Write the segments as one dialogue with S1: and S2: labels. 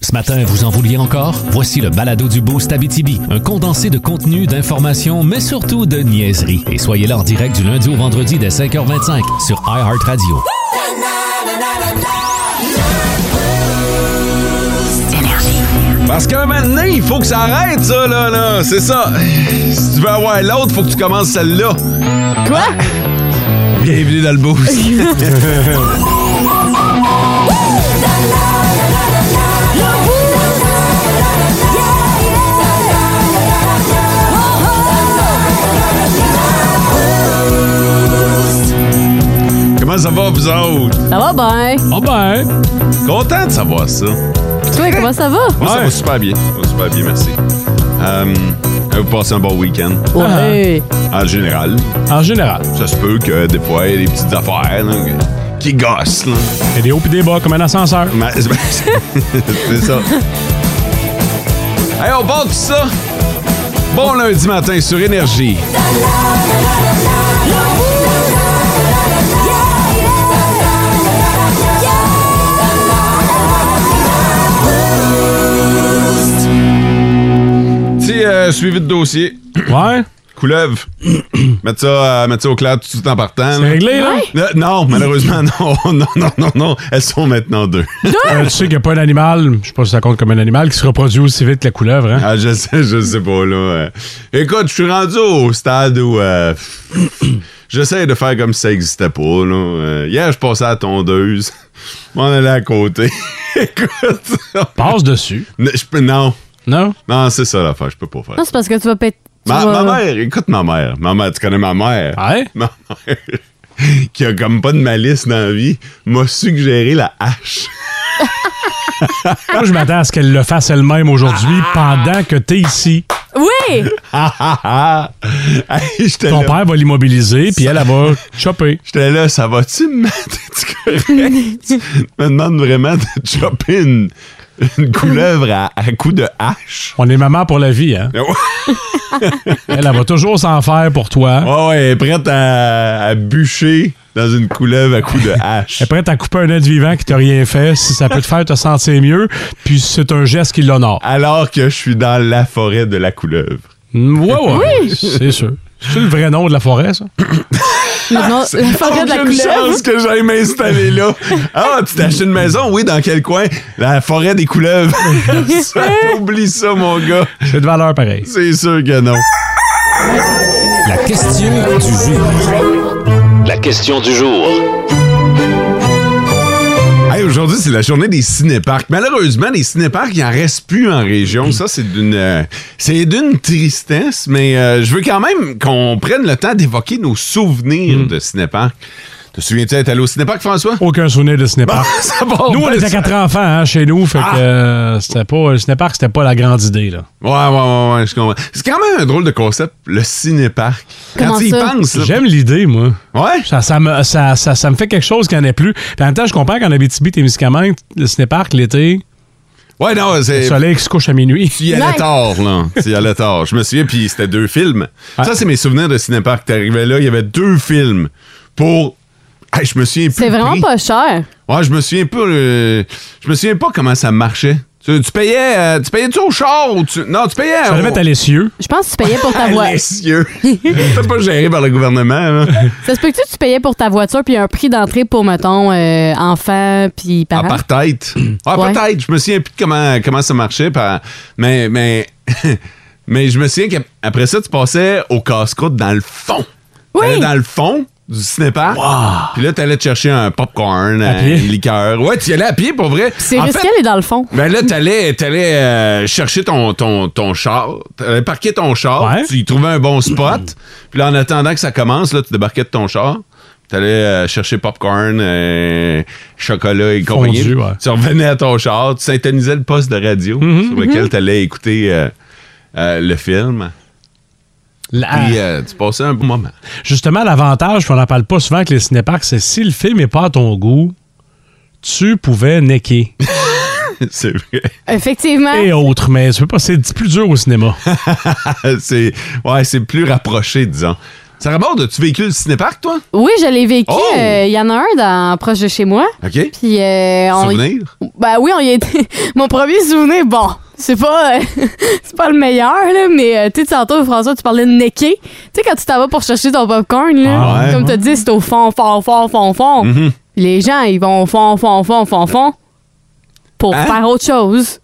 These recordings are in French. S1: Ce matin, vous en vouliez encore? Voici le balado du Boost Abitibi, un condensé de contenu, d'informations, mais surtout de niaiseries. Et soyez là en direct du lundi au vendredi dès 5h25 sur iHeartRadio.
S2: Parce qu'un maintenant, il faut que ça arrête, ça, là, là. C'est ça. Si tu veux avoir l'autre, faut que tu commences celle-là.
S3: Quoi?
S2: Bienvenue dans le boost. Comment ça va, vous autres?
S3: Ça va bien.
S4: Ah
S2: Oh ben! Content de savoir ça.
S3: Toi, comment ça va?
S2: Moi, ça va super bien. Ça va super bien, merci. Euh, vous passez un bon week-end.
S3: Ouais.
S2: En général.
S4: En général.
S2: Ça se peut que des fois, il y ait des petites affaires là, que- qui gossent. là.
S4: Il y a des hauts et des bas comme un ascenseur.
S2: Ma- C'est ça. hey, on part tout ça. Bon lundi matin sur Énergie. Petit euh, suivi de dossier.
S4: Ouais.
S2: Couleuvre. mettre, ça, euh, mettre ça au clair tout de suite en partant.
S4: C'est
S2: là.
S4: réglé, là.
S2: Euh, Non, malheureusement, non. Non, non, non, non. Elles sont maintenant deux.
S4: Euh, tu sais qu'il n'y a pas d'animal, je sais pas si ça compte comme un animal, qui se reproduit aussi vite que la couleuvre, hein?
S2: Ah, je sais, je sais pas, là. euh. Écoute, je suis rendu au stade où euh, j'essaie de faire comme si ça existait pas, là. Euh, hier, je passais à la tondeuse. On allait à côté. Écoute,
S4: Passe dessus.
S2: ne- je peux- non.
S4: Non?
S2: Non, c'est ça l'affaire, je peux pas faire.
S3: Non, c'est parce que tu vas péter. tu Ah.
S2: Ma,
S3: vas-
S2: ma mère, écoute ma mère. Ma mère, tu connais ma mère.
S4: Ouais?
S2: Ma mère, qui a comme pas de malice dans la vie, m'a suggéré la hache.
S4: Moi, je m'attends à ce qu'elle le fasse elle-même aujourd'hui pendant que t'es ici.
S3: Oui!
S2: Ah, ah, ah. Hey, j'étais
S4: Ton
S2: là.
S4: père va l'immobiliser, puis elle, elle va chopper.
S2: J'étais là, ça va-tu me mettre? tu correct? Tu me demande vraiment de chopper une, une couleuvre à, à coup de hache.
S4: On est maman pour la vie, hein?
S2: Ouais,
S4: Elle, elle va toujours s'en faire pour toi.
S2: ouais, elle est prête à, à bûcher dans une couleuvre à coup de hache.
S4: Elle est prête à couper un être vivant qui t'a rien fait. Si ça peut te faire te sentir mieux, puis c'est un geste qui l'honore.
S2: Alors que je suis dans la forêt de la couleuvre.
S4: Mm, Ouais, ouais. C'est sûr. C'est le vrai nom de la forêt, ça?
S3: Maintenant, la forêt de la
S2: Aucune
S3: couleuvre.
S2: chance que j'aille m'installer là. Ah, tu t'as acheté une maison? Oui, dans quel coin? La forêt des couleuvres. Ça, Oublie ça, mon gars.
S4: C'est de valeur pareille.
S2: C'est sûr que non.
S1: La question du jour.
S5: La question du jour.
S2: Hey, aujourd'hui, c'est la journée des cinéparcs. Malheureusement, les cinéparcs, il en reste plus en région. Ça, c'est d'une euh, c'est d'une tristesse, mais euh, je veux quand même qu'on prenne le temps d'évoquer nos souvenirs
S4: Hmm.
S2: de cinéparcs. Te souviens-tu d'être allé au cinéparc, François?
S4: Aucun souvenir de Cinépark.
S2: Ça part
S4: Ah. Nous, on
S2: bien,
S4: était
S2: ça. Ah!
S4: quatre enfants hein, chez nous, fait que euh, c'était pas, le cinépark, c'était pas la grande idée. Là.
S2: Ouais, ouais, ouais, ouais, je comprends. C'est quand même un drôle de concept, le cinéparc.
S3: Comment
S2: quand tu y
S3: ça?
S2: penses, là.
S4: J'aime l'idée, moi.
S2: Ouais?
S4: Ça, ça, me, ça, ça, ça me fait quelque chose qu'il n'y en ait plus. Puis en même temps, je comprends qu'en Abitibi, tes médicaments, le cinépark, l'été,
S2: Ouais, non,
S4: le
S2: c'est.
S4: soleil qui se couche à minuit.
S2: Tu y allais
S3: Nice.
S2: tard, là. Tu y allais tard. Je me souviens, puis c'était deux films. Ça, c'est mes souvenirs de Cinépark. T'arrivais là, il y avait deux films pour. Hey, je me souviens plus.
S3: C'est
S2: le
S3: vraiment
S2: prix.
S3: pas cher.
S2: Ouais, je me souviens pas. euh, Je me souviens pas comment ça marchait. Tu, tu payais. euh, tu payais-tu au char ou tu. Non, tu payais.
S4: Ça
S2: au-
S4: devait être à l'essieu.
S3: Je pense que tu payais pour ta
S2: à
S3: voiture.
S2: l'essieu. C'était pas géré par le gouvernement, là.
S3: Ça se peut-tu que tu payais pour ta voiture puis un prix d'entrée pour, mettons, euh, enfant puis
S2: À
S3: parents?
S2: part tête. Ah,
S3: Ouais.
S2: peut-être. Je me souviens plus de comment, comment ça marchait. par- Mais, mais, mais je me souviens qu'après ça, tu passais au casse-croûte dans le fond.
S3: Oui.
S2: T'allais Dans le fond du cinépark. Puis là, t'allais te chercher un popcorn, un
S4: pied.
S2: liqueur. Ouais, tu y allais à pied pour vrai.
S3: C'est
S2: En
S3: risqué,
S2: fait,
S3: elle est dans le fond.
S2: ben là, t'allais, t'allais euh, chercher ton, ton, ton char, t'allais parquer ton char,
S4: Ouais.
S2: tu y trouvais un bon spot, puis là, en attendant que ça commence, là, tu débarquais de ton char, T'allais euh, chercher popcorn, euh, chocolat et compagnie.
S4: Fondu, ouais. Mhm.
S2: Tu revenais à ton char, tu syntonisais le poste de radio sur lequel t'allais écouter euh, euh, le film.
S4: La-
S2: Puis euh, tu passais un bon moment.
S4: Justement, l'avantage, puis on n'en parle pas souvent avec les cinéparks, c'est si le film n'est pas à ton goût, tu pouvais necker
S2: C'est vrai.
S3: Effectivement.
S4: et autres, mais tu peux pas, c'est plus dur au cinéma.
S2: c'est ouais, c'est plus rapproché, disons. Ça raborde, as-tu vécu le cinépark, toi?
S3: Oui, je l'ai vécu.
S2: Oh!
S3: Euh, Il y en a un dans, proche de chez moi.
S2: OK?
S3: Puis, euh, on y-
S2: Souvenir?
S3: Ben oui, on y était. Mon premier souvenir, bon, c'est pas, euh, c'est pas le meilleur, là, mais euh, tu sais, tantôt, François, tu parlais de necker. Tu sais, quand tu t'en vas pour chercher ton popcorn, là,
S4: Ah ouais,
S3: comme tu dit, c'est au fond, fond, fond, fond, fond.
S2: Mm-hmm.
S3: Les gens, ils vont au fond, fond, fond, fond, fond pour
S2: Hein?
S3: faire autre chose.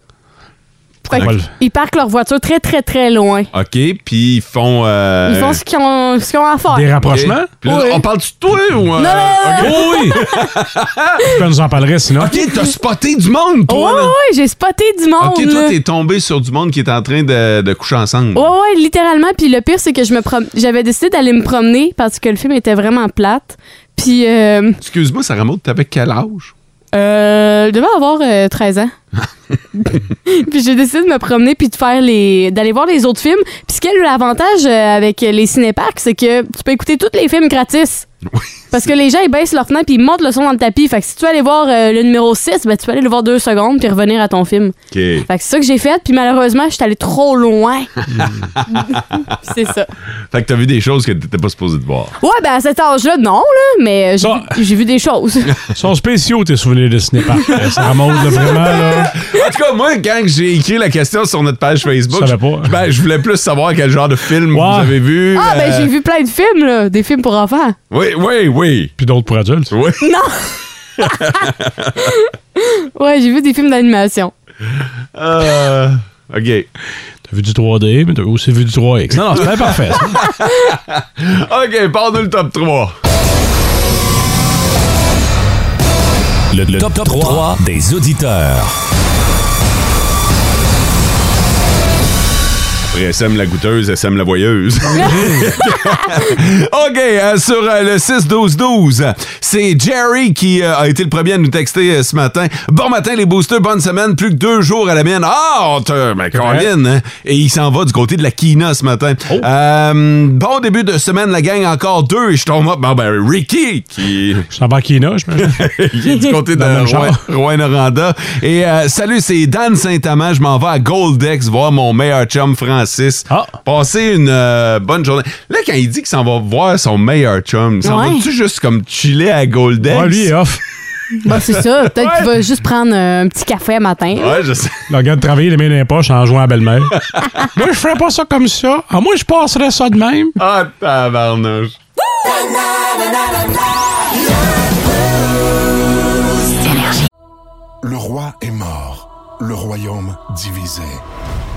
S3: Fait
S4: Pourquoi
S3: que-
S4: le-
S3: Ils parquent leur voiture très, très, très loin.
S2: OK, puis ils font... euh,
S3: Ils font ce qu'ils ont, ce qu'ils ont à faire.
S4: Des
S2: OK.
S4: rapprochements?
S2: Puis là,
S3: Oui.
S2: On parle-tu de toi ou... euh,
S3: Non, non, non, non.
S4: Oh oui! tu peux nous en parler sinon.
S2: OK, t'as spoté du monde,
S3: Ouais,
S2: toi,
S3: ouais,
S2: là.
S3: ouais, j'ai spoté du monde.
S2: OK, toi,
S3: là.
S2: t'es tombé sur du monde qui est en train de, de coucher ensemble.
S3: Ouais, ouais, littéralement. Puis le pire, c'est que je me prom- j'avais décidé d'aller me promener parce que le film était vraiment plate. Puis, euh,
S2: Excuse-moi, Sarah Maud, t'avais quel âge?
S3: euh, je devais avoir euh, 13 ans. puis j'ai décidé de me promener puis de faire les d'aller voir les autres films. Puis ce qu'est l'avantage euh, avec les cinéparks, c'est que tu peux écouter tous les films gratis. Parce que les gens ils baissent leur fenêtre puis ils montent le son dans le tapis. Fait que si tu veux aller voir euh, le numéro 6, ben tu peux aller le voir deux secondes puis revenir à ton film.
S2: OK.
S3: Fait que c'est ça que j'ai fait puis malheureusement, je suis allée trop loin. c'est ça.
S2: Fait que t'as vu des choses que t'étais pas supposé de voir.
S3: Ouais, ben à cet âge-là, non, là, mais j'ai
S4: Bon.
S3: vu- j'ai vu, des choses.
S4: Ils sont spéciaux tes souvenirs de cinépark. Euh, Ça remonte là, vraiment, là.
S2: En tout cas, moi, quand j'ai écrit la question sur notre page Facebook,
S4: Je savais pas.
S2: je- ben, je voulais plus savoir quel genre de film
S4: Ouais.
S2: vous avez vu.
S3: Ah, ben
S2: euh,
S3: j'ai vu plein de films, là, des films pour enfants.
S2: Oui, oui, oui.
S4: Puis d'autres pour adultes.
S2: Oui.
S3: Ouais, j'ai vu des films d'animation.
S2: Euh, OK.
S4: T'as vu du 3D, mais t'as aussi vu du 3X. Non, non, c'est bien parfait. ça.
S2: OK, parle-nous le top 3.
S1: Le, le top, 3 des auditeurs.
S2: Après, SM la goûteuse, SM la voyeuse. OK, euh, sur euh, le 6-12-12, c'est Jerry qui euh, a été le premier à nous texter euh, ce matin. Bon matin, les boosters, bonne semaine, plus que deux jours à la mienne. Ah, on te- mais Colin, hein? Et il s'en va du côté de la Kina ce matin. Euh, bon début de semaine, la gang, encore deux, et je tombe up. Bon, ben, Ricky, qui
S4: Je suis en banquina, je me
S2: il est du côté de
S4: Dans le même genre.
S2: Rouen-Noranda. Et euh, salut, c'est Dan Saint-Amand. Je m'en vais à Goldex voir mon meilleur chum Francis.
S4: Ah.
S2: Passez une euh, bonne journée. Là, quand il dit qu'il s'en va voir son meilleur chum, il s'en
S3: Ouais.
S2: va-tu juste comme chiller à Goldex?
S4: Ouais, lui, il est off.
S3: Ben, c'est ça. Peut-être qu'il va juste prendre euh, un petit café à matin.
S2: Ouais, je sais.
S4: Le gars de travailler les mains dans les poches en jouant à belle-mère. moi, je ferais pas ça comme ça. Ah, moi, je passerais ça de même.
S2: Ah, tabarnouche.
S6: Le roi est mort, le royaume divisé.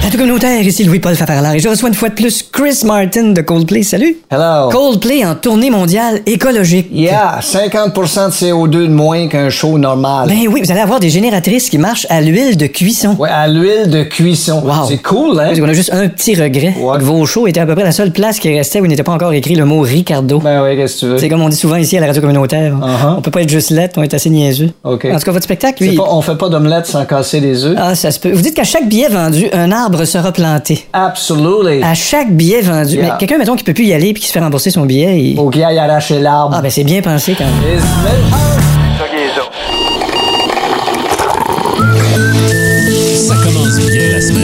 S7: Plateau communautaire, ici Louis-Paul Fafaralard et je reçois une fois de plus Chris Martin de Coldplay. Salut!
S8: Hello.
S7: Coldplay en tournée mondiale écologique.
S8: Yeah, 50% de CO2 de moins qu'un show normal.
S7: Ben oui, vous allez avoir des génératrices qui marchent à l'huile de cuisson.
S8: Ouais, à l'huile de cuisson.
S7: Wow.
S8: C'est cool, hein?
S7: On a juste un petit regret.
S8: Ouais.
S7: Vos shows étaient à peu près la seule place qui restait où il n'était pas encore écrit le mot Ricardo.
S8: Ben oui, qu'est-ce que tu veux?
S7: C'est comme on dit souvent ici à la radio communautaire.
S8: Uh-huh.
S7: On peut pas être juste lettre, on est assez niaiseux.
S8: OK.
S7: En tout cas, votre spectacle,
S8: C'est
S7: lui.
S8: pas- on fait pas d'omelette sans casser les œufs.
S7: Ah, ça se peut. Vous dites qu'à chaque billet vendu, un arbre sera planté.
S8: Absolutely.
S7: À chaque billet vendu.
S8: Yeah. Oh.
S7: Mais quelqu'un, mettons, qui peut plus y aller puis qui se fait rembourser son billet, il-
S8: Faut qu'il aille arracher l'arbre.
S7: Ah, ben c'est bien pensé quand même.
S8: Is it?
S1: Ça commence bien la semaine.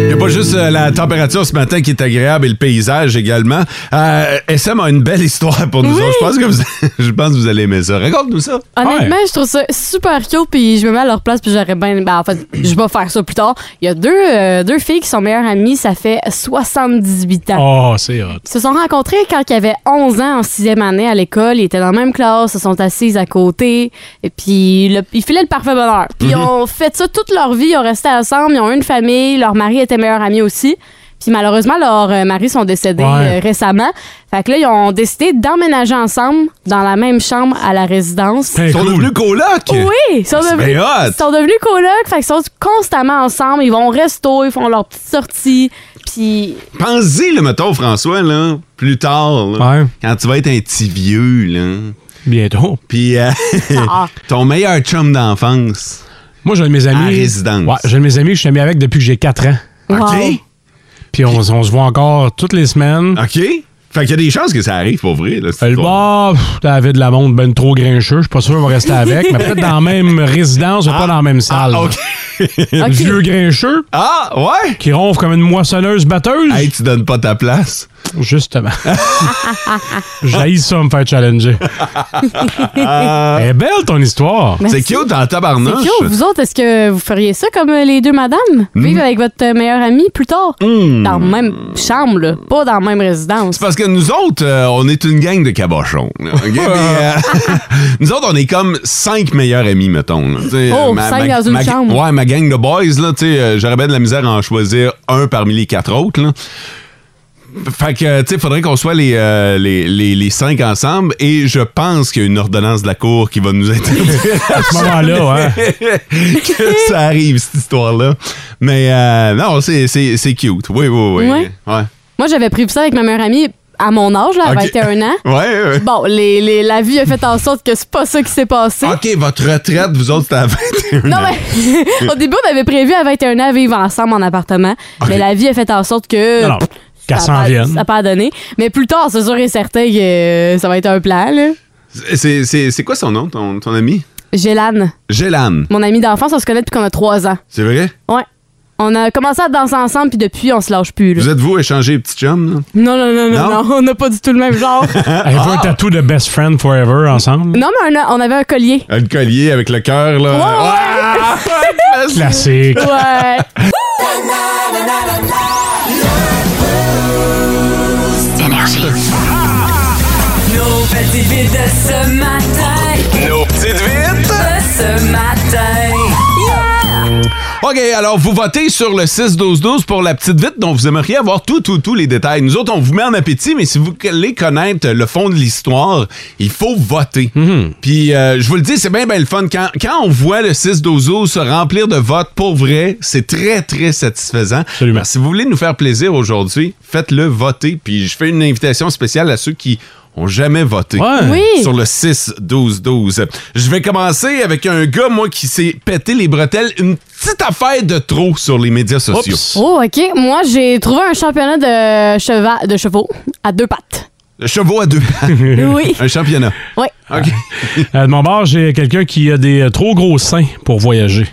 S2: Il n'y a pas juste plus euh, la température ce matin qui est agréable et le paysage également. Euh, SM a une belle histoire pour nous
S3: Oui.
S2: autres. Je pense, que vous, je pense que vous allez aimer ça. Raconte-nous ça.
S3: Honnêtement, je trouve ça super cute, puis je me mets à leur place, puis j'aurais bien. Ben, en fait, je vais faire ça plus tard. Il y a deux, euh, deux filles qui sont meilleures amies, ça fait 78 ans.
S4: Oh, c'est hot.
S3: Ils se sont rencontrés quand ils avaient 11 ans en sixième année à l'école. Ils étaient dans la même classe, se sont assises à côté. Et puis, le- ils filaient le parfait bonheur. Puis,
S2: Mhm.
S3: ils ont fait ça toute leur vie. Ils ont resté ensemble. Ils ont eu une famille. Leur mari était meilleur ami aussi. Puis, malheureusement, leurs euh, maris sont décédés
S4: Ouais.
S3: euh, récemment. Fait que là, ils ont décidé d'emménager ensemble dans la même chambre à la résidence.
S4: Ben,
S2: Ils sont
S4: cool.
S2: devenus coloc.
S3: Oui, ils sont
S2: C'est
S3: devenus,
S2: bien hot.
S3: ils sont devenus colocs, fait qu'ils sont constamment ensemble, ils vont au resto, ils font leurs petites sorties, puis
S2: Pensez, le mettons, François, là, plus tard, là,
S4: Ouais.
S2: quand tu vas être un petit vieux, là,
S4: Bientôt.
S2: puis euh,
S3: Ah.
S2: ton meilleur chum d'enfance.
S4: Moi, j'ai un de mes amis.
S2: À résidence.
S4: Ouais, j'ai un de mes amis que je suis ami avec depuis que j'ai 4 ans.
S3: Wow.
S4: Puis on, on se voit encore toutes les semaines.
S2: OK? Fait qu'il y a des chances que ça arrive, pour vrai. Là, cette
S4: Euh, Le bar,
S2: histoire.
S4: pff, David Lamonde, ben trop grincheux. Je suis pas sûr qu'on va rester avec. mais peut-être dans la même résidence, mais pas dans la même salle.
S2: Ah, OK.
S3: OK.
S4: Vieux grincheux
S2: Ah, ouais?
S4: qui ronfle comme une moissonneuse batteuse.
S2: Hey, tu donnes pas ta place.
S4: Justement. J'haïs ça me faire challenger.
S2: Euh.
S4: Elle est belle ton histoire.
S3: Merci.
S2: C'est cute en
S3: C'est
S2: tabarnouche.
S3: cute. Vous autres, est-ce que vous feriez ça comme euh, les deux madames?
S4: Hmm.
S3: Vivre avec votre euh, meilleure amie plus tard? Dans la même chambre, là. Pas dans la même résidence.
S2: C'est parce que nous autres, euh, on est une gang de cabochons. là, ok? Mais, euh, nous autres, on est comme cinq meilleurs amis, mettons. là. Tu sais,
S3: Oh,
S2: euh,
S3: cinq dans une
S2: ma-
S3: chambre.
S2: Ouais, ma gang de boys, là, tu sais, euh, j'aurais bien de la misère à en choisir un parmi les quatre autres. Là. Fait que, tu sais, faudrait qu'on soit les, euh, les, les, les cinq ensemble et je pense qu'il y a une ordonnance de la Cour qui va nous interdire
S4: À ce moment-là, hein.
S2: que ça arrive, cette histoire-là. Mais euh, non, c'est c'est- c'est cute. Oui, oui, oui.
S3: Ouais.
S2: Ouais.
S3: Moi, j'avais prévu ça avec ma meilleure amie à mon âge, là, à
S2: Ok.
S3: 21 ans.
S2: Ouais, ouais.
S3: Bon, les, les- la vie a fait en sorte que c'est pas ça qui s'est passé.
S2: OK, votre retraite, vous autres, c'était à 21
S4: Ah,
S3: Non,
S2: ans.
S3: mais au début, on avait prévu à 21 ans vivre ensemble en appartement. Mais la vie a fait en sorte que.
S4: Non, non,
S3: pff,
S4: qu'elle
S3: ça
S4: s'en
S3: a pas-
S4: vienne.
S3: Ça n'a pas donné. Mais plus tard, c'est sûr et certain que euh, ça va être un plan, là.
S2: C'est- C'est c'est quoi son nom, ton, ton ami?
S3: Gélane,
S2: Gélan.
S3: mon amie d'enfance, on se connaît depuis qu'on a 3 ans.
S2: C'est vrai?
S3: Ouais. On a commencé à danser ensemble, puis depuis, on se lâche plus. Là.
S2: Vous êtes-vous échangé, petit chum? là?
S3: Non, non, non, non,
S2: Non?
S3: non, on n'a pas du tout le même genre.
S4: Elle veut un tatou de Best Friend Forever ensemble.
S3: non, mais on, a- on avait un collier.
S2: Un collier avec le cœur, là. Ah!
S4: Classique.
S3: Ouais.
S9: Nos petites vites de ce matin.
S2: Ah!
S5: Nos petites vites.
S9: De ce matin. Yeah!
S2: OK, alors vous votez sur le 6-12-12 pour la petite vite dont vous aimeriez avoir tout, tout, tous les détails. Nous autres, on vous met en appétit, mais si vous voulez connaître le fond de l'histoire, il faut voter.
S4: Mhm.
S2: Puis euh, je vous le dis, c'est bien, bien le fun. Quand, quand on voit le 6-12-12 se remplir de votes pour vrai, c'est très, très satisfaisant.
S4: Absolument.
S2: Si vous voulez nous faire plaisir aujourd'hui, faites-le voter. Puis je fais une invitation spéciale à ceux qui ont jamais voté
S4: Ouais.
S3: Oui.
S2: sur le 6-12-12. Je vais commencer avec un gars, moi, qui s'est pété les bretelles. Une petite affaire de trop sur les médias sociaux.
S4: Oups.
S3: Oh, OK. Moi, j'ai trouvé un championnat de, cheva- de chevaux à deux pattes.
S2: Le Chevaux à deux.
S3: Oui.
S2: un championnat.
S3: Oui.
S2: OK.
S4: Euh, de mon bord, j'ai quelqu'un qui a des euh, trop gros seins pour voyager.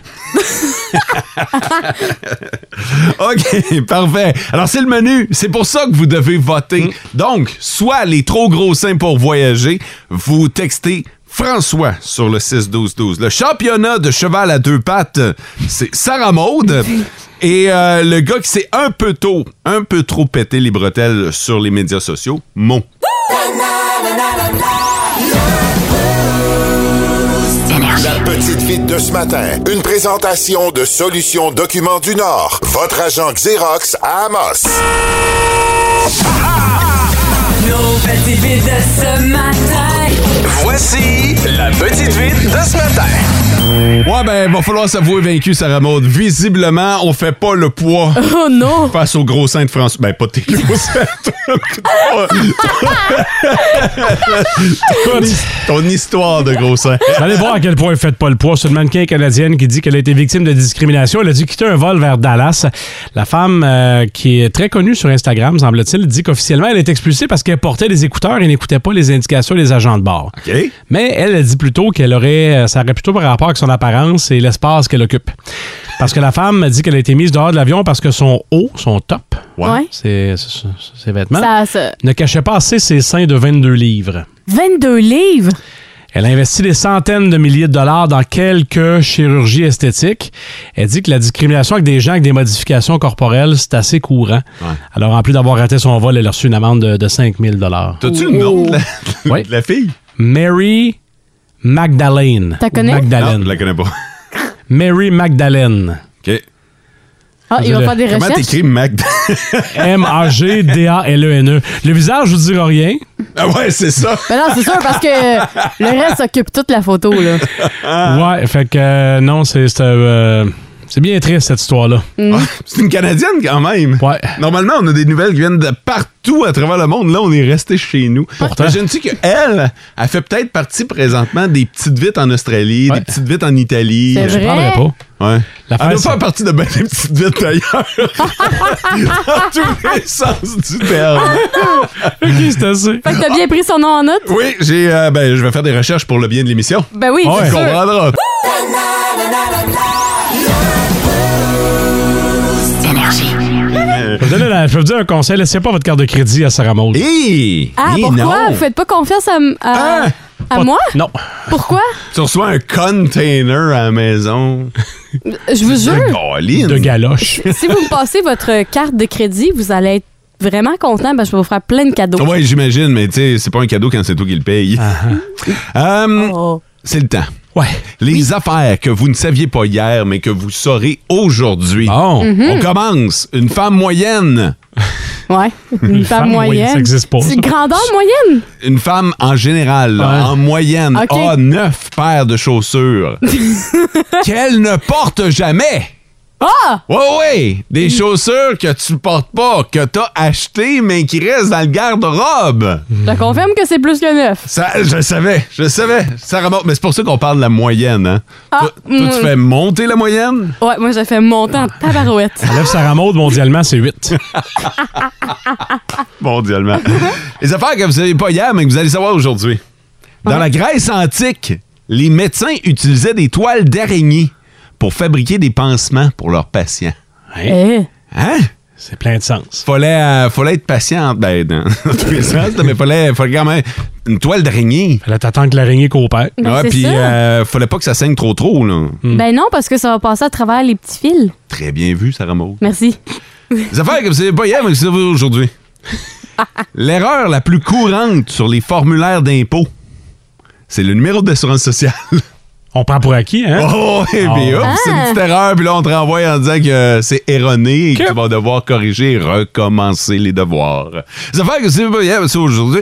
S2: OK, parfait. Alors, c'est le menu. C'est pour ça que vous devez voter. Donc, soit les trop gros seins pour voyager, vous textez François sur le 6-12-12. Le championnat de cheval à deux pattes, c'est Sarah Maude. Et euh, le gars qui s'est un peu tôt, un peu trop pété les bretelles sur les médias sociaux, Mon.
S10: La petite vite de ce matin. Une présentation de Solutions Documents du Nord. Votre agent Xerox à Amos.
S9: Nos petites vites de ce matin.
S5: Voici la petite vite de ce matin.
S2: Ouais, ben, va falloir s'avouer vaincu, Sarah Maude. Visiblement, on fait pas le poids
S3: Oh non!
S2: face au gros sein de François. Ben, pas tes gros seins. Ton- ton, ton histoire de gros sein.
S4: Vous allez voir à quel point vous faites pas le poids. C'est une mannequin canadienne qui dit qu'elle a été victime de discrimination. Elle a dû quitter un vol vers Dallas. La femme, euh, qui est très connue sur Instagram, semble-t-il, dit qu'officiellement, elle est expulsée parce qu'elle portait des écouteurs et n'écoutait pas les indications des agents de bord. Mais elle a dit plutôt qu'elle aurait, euh, ça aurait plutôt par rapport avec son apparence et l'espace qu'elle occupe. Parce que la femme a dit qu'elle a été mise dehors de l'avion parce que son haut, son top,
S3: Ouais.
S4: ses, ses- ses vêtements,
S3: Ça,
S2: Hein?
S3: ça-
S4: ne cachait pas assez ses seins de 22 livres.
S3: 22 livres!
S4: Elle a investi des centaines de milliers de dollars dans quelques chirurgies esthétiques. Elle dit que la discrimination avec des gens avec des modifications corporelles, c'est assez courant. Alors, en plus d'avoir raté son vol, elle a reçu une amende de, de 5 000
S2: T'as-tu le nom de la,
S4: Oui.
S2: de la fille?
S4: Mary Magdalene.
S3: T'as connais?
S2: Non,
S4: Magdalene.
S2: je la connais pas.
S4: Mary Magdalene.
S2: OK.
S3: Ah, il va
S4: Je-
S3: faire des
S2: Comment
S3: recherches.
S2: t'écris Mac?
S4: M-A-G-D-A-L-E-N-E. E Le visage, je vous dira rien.
S2: ah ouais, c'est ça.
S3: Ben non, c'est sûr, parce que le reste occupe toute la photo, là.
S2: Ah.
S4: Ouais, fait que euh, non, c'est c'est, euh, c'est bien triste, cette histoire-là.
S2: Ah, c'est une Canadienne quand même.
S4: Ouais.
S2: Normalement, on a des nouvelles qui viennent de partout à travers le monde. Là, on est resté chez nous.
S4: Pourtant.
S2: Imagine-tu qu'elle, elle fait peut-être partie présentement des petites vites en Australie,
S4: Ouais.
S2: des petites vites en Italie. euh,
S3: C'est
S4: Je
S3: Vrai?
S4: parlerai pas.
S2: Ouais.
S4: La
S2: elle
S4: fin,
S2: doit
S4: c'est-
S2: faire partie de ben des petites vites d'ailleurs. Dans tous les sens du terme.
S4: Ok, c'est assez.
S3: Fait que t'as bien pris son nom en note?
S2: Oui, j'ai, euh, ben, je vais faire des recherches pour le bien de l'émission.
S3: Ben oui,
S4: Ouais.
S3: c'est
S2: Tu
S3: sûr.
S2: comprendras. Euh,
S4: Je vais vous donner la- je vais vous dire un conseil. Laissez pas votre carte de crédit à Sarah Maud.
S2: Hé!
S3: Ah,
S2: Hé,
S3: pourquoi?
S2: non.
S3: Vous faites pas confiance à, m- à,
S2: Ah!
S3: à moi?
S4: Non.
S3: Pourquoi?
S2: Tu reçois un container à la maison.
S3: Je vous jure,
S2: Caroline.
S4: De galoche.
S3: si vous me passez votre carte de crédit, vous allez être vraiment content, ben je vais vous faire plein de cadeaux.
S2: Ouais, j'imagine, mais tu sais, c'est pas un cadeau quand c'est toi qui le paye.
S4: Ah,
S2: Hum,
S3: Oh.
S2: C'est le temps.
S4: Ouais.
S2: Les affaires que vous ne saviez pas hier, mais que vous saurez aujourd'hui.
S4: Bon.
S2: On
S3: Mhm.
S2: commence. Une femme moyenne.
S3: Ouais, une femme
S4: femme moyenne,
S3: moyenne.
S4: ça existe pas,
S3: C'est
S4: ça.
S3: grandeur moyenne.
S2: Une femme en général, là,
S4: Ouais.
S2: en moyenne,
S3: Ok.
S2: a neuf paires de chaussures qu'elle ne porte jamais.
S3: Ah!
S2: Ouais, ouais. Des chaussures que tu portes pas, que t'as achetées, mais qui restent dans le garde-robe.
S3: Je te confirme que c'est plus que neuf.
S2: Ça, je le savais, je le savais. Ça remonte. Mais c'est pour ça qu'on parle de la moyenne, hein?
S3: Ah,
S2: toi, toi, tu
S3: mm.
S2: fais monter la moyenne?
S3: Ouais, moi j'ai fait mon temps de tabarouette.
S4: Enlève Sarah Maud, mondialement, c'est 8.
S2: Mondialement. les affaires que vous savez pas hier, mais que vous allez savoir aujourd'hui. Dans la Grèce antique, les médecins utilisaient des toiles d'araignée pour fabriquer des pansements pour leurs patients.
S3: Eh.
S2: Hein?
S4: C'est plein de sens.
S2: Fallait, euh, fallait être patient, ben, dans dans tous les sens, là, mais fallait, fallait quand même une toile d'araignée.
S4: Fallait t'attendre que l'araignée coopère.
S3: Ben,
S2: ouais,
S3: c'est
S2: puis
S3: ça.
S2: euh, fallait pas que ça saigne trop trop, là.
S4: Hmm.
S3: Ben non, parce que ça va passer à travers les petits fils.
S2: Très bien vu, Sarah Maud.
S3: Merci.
S2: Des affaires que vous savez pas hier, mais que vous savez aujourd'hui. L'erreur la plus courante sur les formulaires d'impôts, c'est le numéro d'assurance sociale.
S4: On prend pour acquis, hein?
S2: Oh, et puis
S4: Ah.
S2: oups, c'est une petite erreur, puis là, on te renvoie en disant que c'est erroné et que
S4: Que-
S2: tu vas devoir corriger et recommencer les devoirs. Des affaires que vous savez pas hier, mais que vous savez aujourd'hui.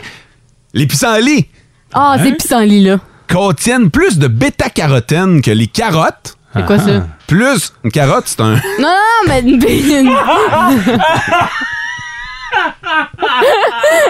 S2: Les pissenlits
S3: Ah,
S4: Hein?
S3: c'est pissenlit, là.
S2: contiennent plus de bêta-carotène que les carottes.
S3: C'est quoi
S4: Ah.
S3: ça? Non,
S2: Plus, une carotte, c'est un...
S3: non, non, mais une une-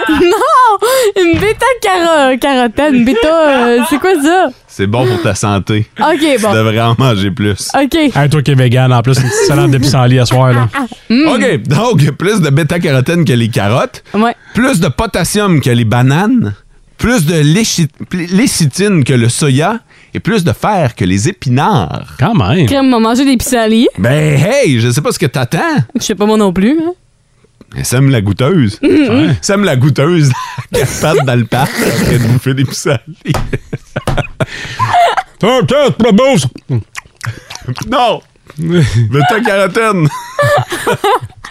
S3: non! Une bêta caro- carotène, une bêta. euh, c'est quoi ça?
S2: C'est bon pour ta santé.
S3: Ok,
S2: Tu
S3: bon.
S2: devrais en manger plus.
S3: Ok.
S4: Hey, toi qui es vegan, en plus, une petite salade de pissenlit à soir, là.
S3: Mm.
S2: OK, donc plus de bêta-carotène que les carottes,
S3: Ouais.
S2: plus de potassium que les bananes, plus de léchi- pl- lécithine que le soya et plus de fer que les épinards.
S4: Quand même.
S3: Crème m'a mangé des pissenlits.
S2: Ben hey, je sais pas ce que t'attends.
S3: Je sais pas moi non plus. hein.
S2: Elle sème la goûteuse. Mm-hmm. Ouais. Sème la goûteuse quatre pattes dans le parc après de bouffer des pissenlits.
S4: Tiens, tiens, c'est pas beau, ça.
S2: Non! Bêta-carotène!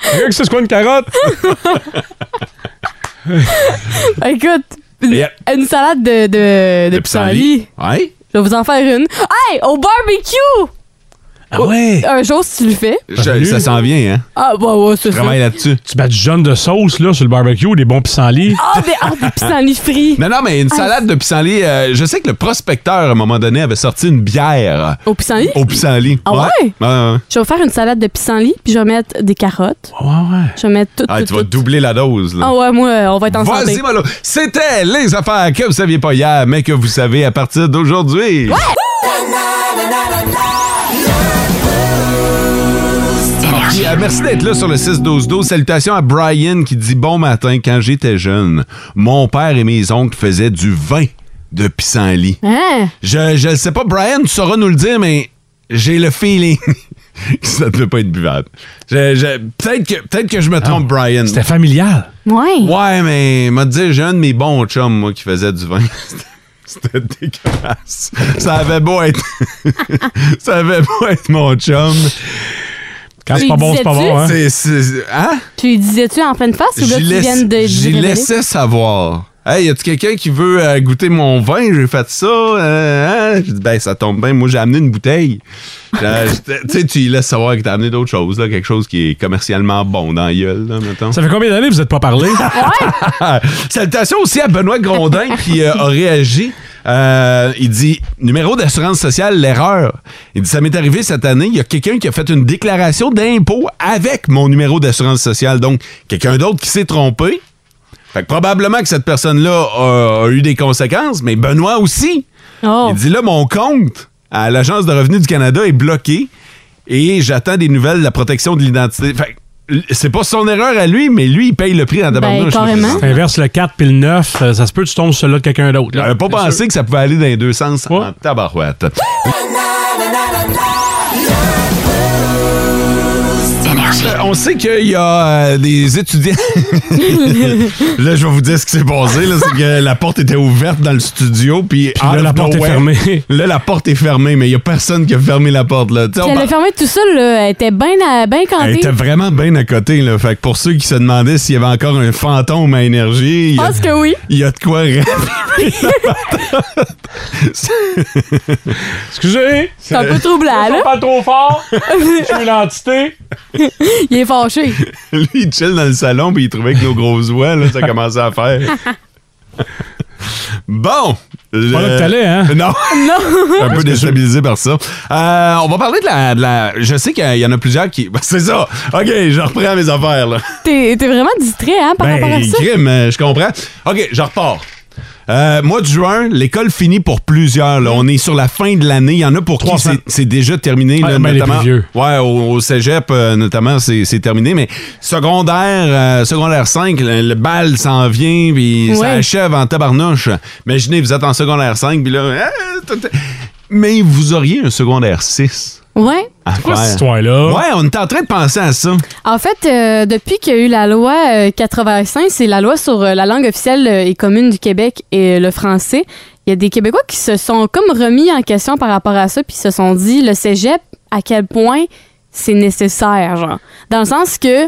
S4: Regarde que c'est quoi une carotte?
S3: Ah, Écoute, une,
S2: Yeah.
S3: une salade de, de, de
S2: Des
S3: pissenlits.
S2: Ouais?
S3: Je vais vous en faire une. Hey, au barbecue! Oh,
S4: Ah ouais!
S3: Un jour, si tu le fais.
S2: Je- ça s'en vient, hein?
S3: Ah, bah ouais, c'est ça.
S2: Travaille là-dessus.
S4: Tu bats du jaune de sauce, là, sur le barbecue, des bons pissenlits.
S3: Ah, des, ah, des pissenlits frits.
S2: Non, non, mais une salade de pissenlit, euh, je sais que le prospecteur, à un moment donné, avait sorti une bière
S3: Au pissenlit?
S2: au pissenlit.
S3: Ah ouais?
S2: ouais, ouais.
S3: Je vais faire une salade de pissenlit, puis je vais mettre des carottes.
S4: Ouais, ouais.
S3: Je vais mettre tout.
S2: Ah,
S3: tout,
S2: tu vas
S3: tout.
S2: doubler la dose, là.
S3: Ah ouais, moi, euh, on va être en santé.
S2: Vas-y, Malo. C'était les affaires que vous saviez pas hier, mais que vous savez à partir d'aujourd'hui. Puis, euh, merci d'être là sur le 6-12-12. Salutations à Brian qui dit Bon matin, quand j'étais jeune, mon père et mes oncles faisaient du vin de pissenlit.
S3: Hein?
S2: Je, je le sais pas, Brian, tu sauras nous le dire, mais j'ai le feeling que ça ne peut pas être buvable. Je- je- peut-être, que, peut-être que je me trompe, Brian. C'était
S4: familial.
S3: Ouais.
S2: Ouais, mais m'a dit, j'ai un de mes bons chums, moi, qui faisait du vin. C'était dégueulasse. Ça avait beau être. ça avait beau être mon chum.
S4: Quand c'est pas bon, c'est pas bon, hein?
S2: C'est- c'est- hein?
S3: Tu lui disais-tu en pleine face ou là,
S2: J'y
S3: tu
S2: laisse-
S3: viens de.
S2: j'y
S3: de-
S2: laissais savoir. Hey, y a-tu quelqu'un qui veut euh, goûter mon vin? J'ai fait ça. euh, hein? J'ai dit, ben, ça tombe bien. Moi, j'ai amené une bouteille. Euh, j'étais- tu sais, tu y laisses savoir que t'as amené d'autres choses, là, quelque chose qui est commercialement bon dans la gueule, là, mettons.
S4: Ça fait combien d'années que vous n'êtes pas parlé?
S2: Ah. Salutations aussi à Benoît Grondin qui euh, a réagi. Euh, il dit numéro d'assurance sociale, l'erreur. Il dit ça m'est arrivé cette année. Il y a quelqu'un qui a fait une déclaration d'impôt avec mon numéro d'assurance sociale. Donc quelqu'un d'autre qui s'est trompé. Fait que probablement que cette personne-là a, a eu des conséquences, mais Benoît aussi.
S3: Oh.
S2: Il dit là mon compte à l'agence de revenus du Canada est bloqué et j'attends des nouvelles de la protection de l'identité. Fait que, l- c'est pas son erreur à lui, mais lui, il paye le prix en tabarnouche.
S4: Si t'inverses le 4 puis le 9, euh, ça se peut que tu tombes sur l'autre de quelqu'un d'autre. là.
S2: J'avais pas pensé que ça pouvait aller dans les deux sens en tabarouette. Euh, On sait qu'il y a euh, des étudiants. là, je vais vous dire ce qui s'est passé. là, c'est que la porte était ouverte dans le studio, puis
S4: là,
S2: out
S4: la
S2: of
S4: porte est fermée.
S2: Là, la porte est fermée, mais il y a personne qui a fermé la porte. Là. Tu sais,
S3: Puis
S2: on
S3: elle
S2: par-
S3: a fermé tout ça, là. Elle était bien ben
S2: oh, bah. Elle
S3: cantée.
S2: était vraiment bien à côté. Là. Fait que pour ceux qui se demandaient s'il y avait encore un fantôme à énergie, il y
S3: Je
S2: a-
S3: pense que oui.
S2: il y a de quoi rêver.
S4: Excusez!
S3: C'est un peu troublant, là.
S4: pas trop fort! Je suis l'entité!
S3: Il est fâché.
S2: Lui, il chill dans le salon, puis il trouvait que nos grosses voix, là, ça commençait à faire. bon!
S4: Pas là
S2: le-
S4: que t'allais, hein?
S2: Non!
S3: Non.
S2: un peu déstabilisé par ça. Euh, on va parler de la, de la- Je sais qu'il y en a plusieurs qui. Ben, c'est ça! OK, je reprends mes affaires, là.
S3: T'es t'es vraiment distrait, hein, par rapport à
S2: Ben,
S3: ça.
S2: crime, euh, je comprends. OK, je repars. Euh, mois de juin, l'école finit pour plusieurs. là. On est sur la fin de l'année. Il y en a pour qui
S4: 300.
S2: c'est- c'est déjà terminé.
S4: Ouais,
S2: là,
S4: ben, les
S2: notamment,
S4: plus vieux.
S2: Ouais, au, au cégep, euh, notamment, c'est c'est terminé. Mais secondaire, euh, secondaire 5, le, le bal s'en vient, puis
S4: Ouais.
S2: ça achève en tabarnouche. Imaginez, vous êtes en secondaire 5, puis là... euh, tout- tout- mais vous auriez un secondaire 6.
S3: Ouais.
S2: C'est
S4: quoi cette histoire-là?
S2: Ouais, on est en train de penser à ça.
S3: En fait, euh, depuis qu'il y a eu la loi euh, 85, c'est la loi sur euh, la langue officielle euh, et commune du Québec et euh, le français. Il y a des Québécois qui se sont comme remis en question par rapport à ça, puis se sont dit le cégep, à quel point c'est nécessaire, genre. Dans le sens que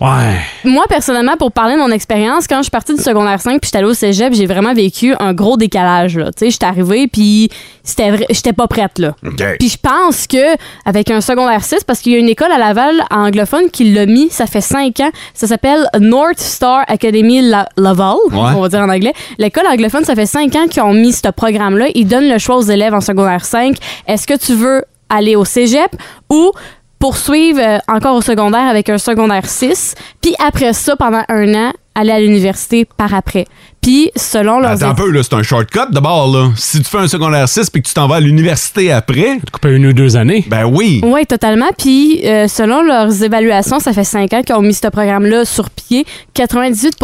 S4: Ouais.
S3: moi, personnellement, pour parler de mon expérience, quand je suis partie du secondaire 5 puis j'étais allée au cégep, j'ai vraiment vécu un gros décalage. là. Tu sais, j'étais arrivée puis c'était vrai- j'étais pas prête. là. Puis je pense que avec un secondaire 6, parce qu'il y a une école à Laval anglophone qui l'a mis, ça fait 5 ans, ça s'appelle North Star Academy La- Laval,
S11: Ouais.
S3: on va dire en anglais. L'école anglophone, ça fait 5 ans qu'ils ont mis ce programme-là. Ils donnent le choix aux élèves en secondaire 5. Est-ce que tu veux aller au cégep ou poursuivre euh, encore au secondaire avec un secondaire 6, puis après ça, pendant un an, aller à l'université par après. Puis, selon leurs...
S2: Attends un peu, là, c'est un shortcut d'abord, là. Si tu fais un secondaire 6 puis que tu t'en vas à l'université après. Tu
S4: coupes une ou deux années.
S2: Ben oui.
S3: Oui, totalement. Puis, euh, selon leurs évaluations, ça fait cinq ans qu'ils ont mis ce programme-là sur pied. 98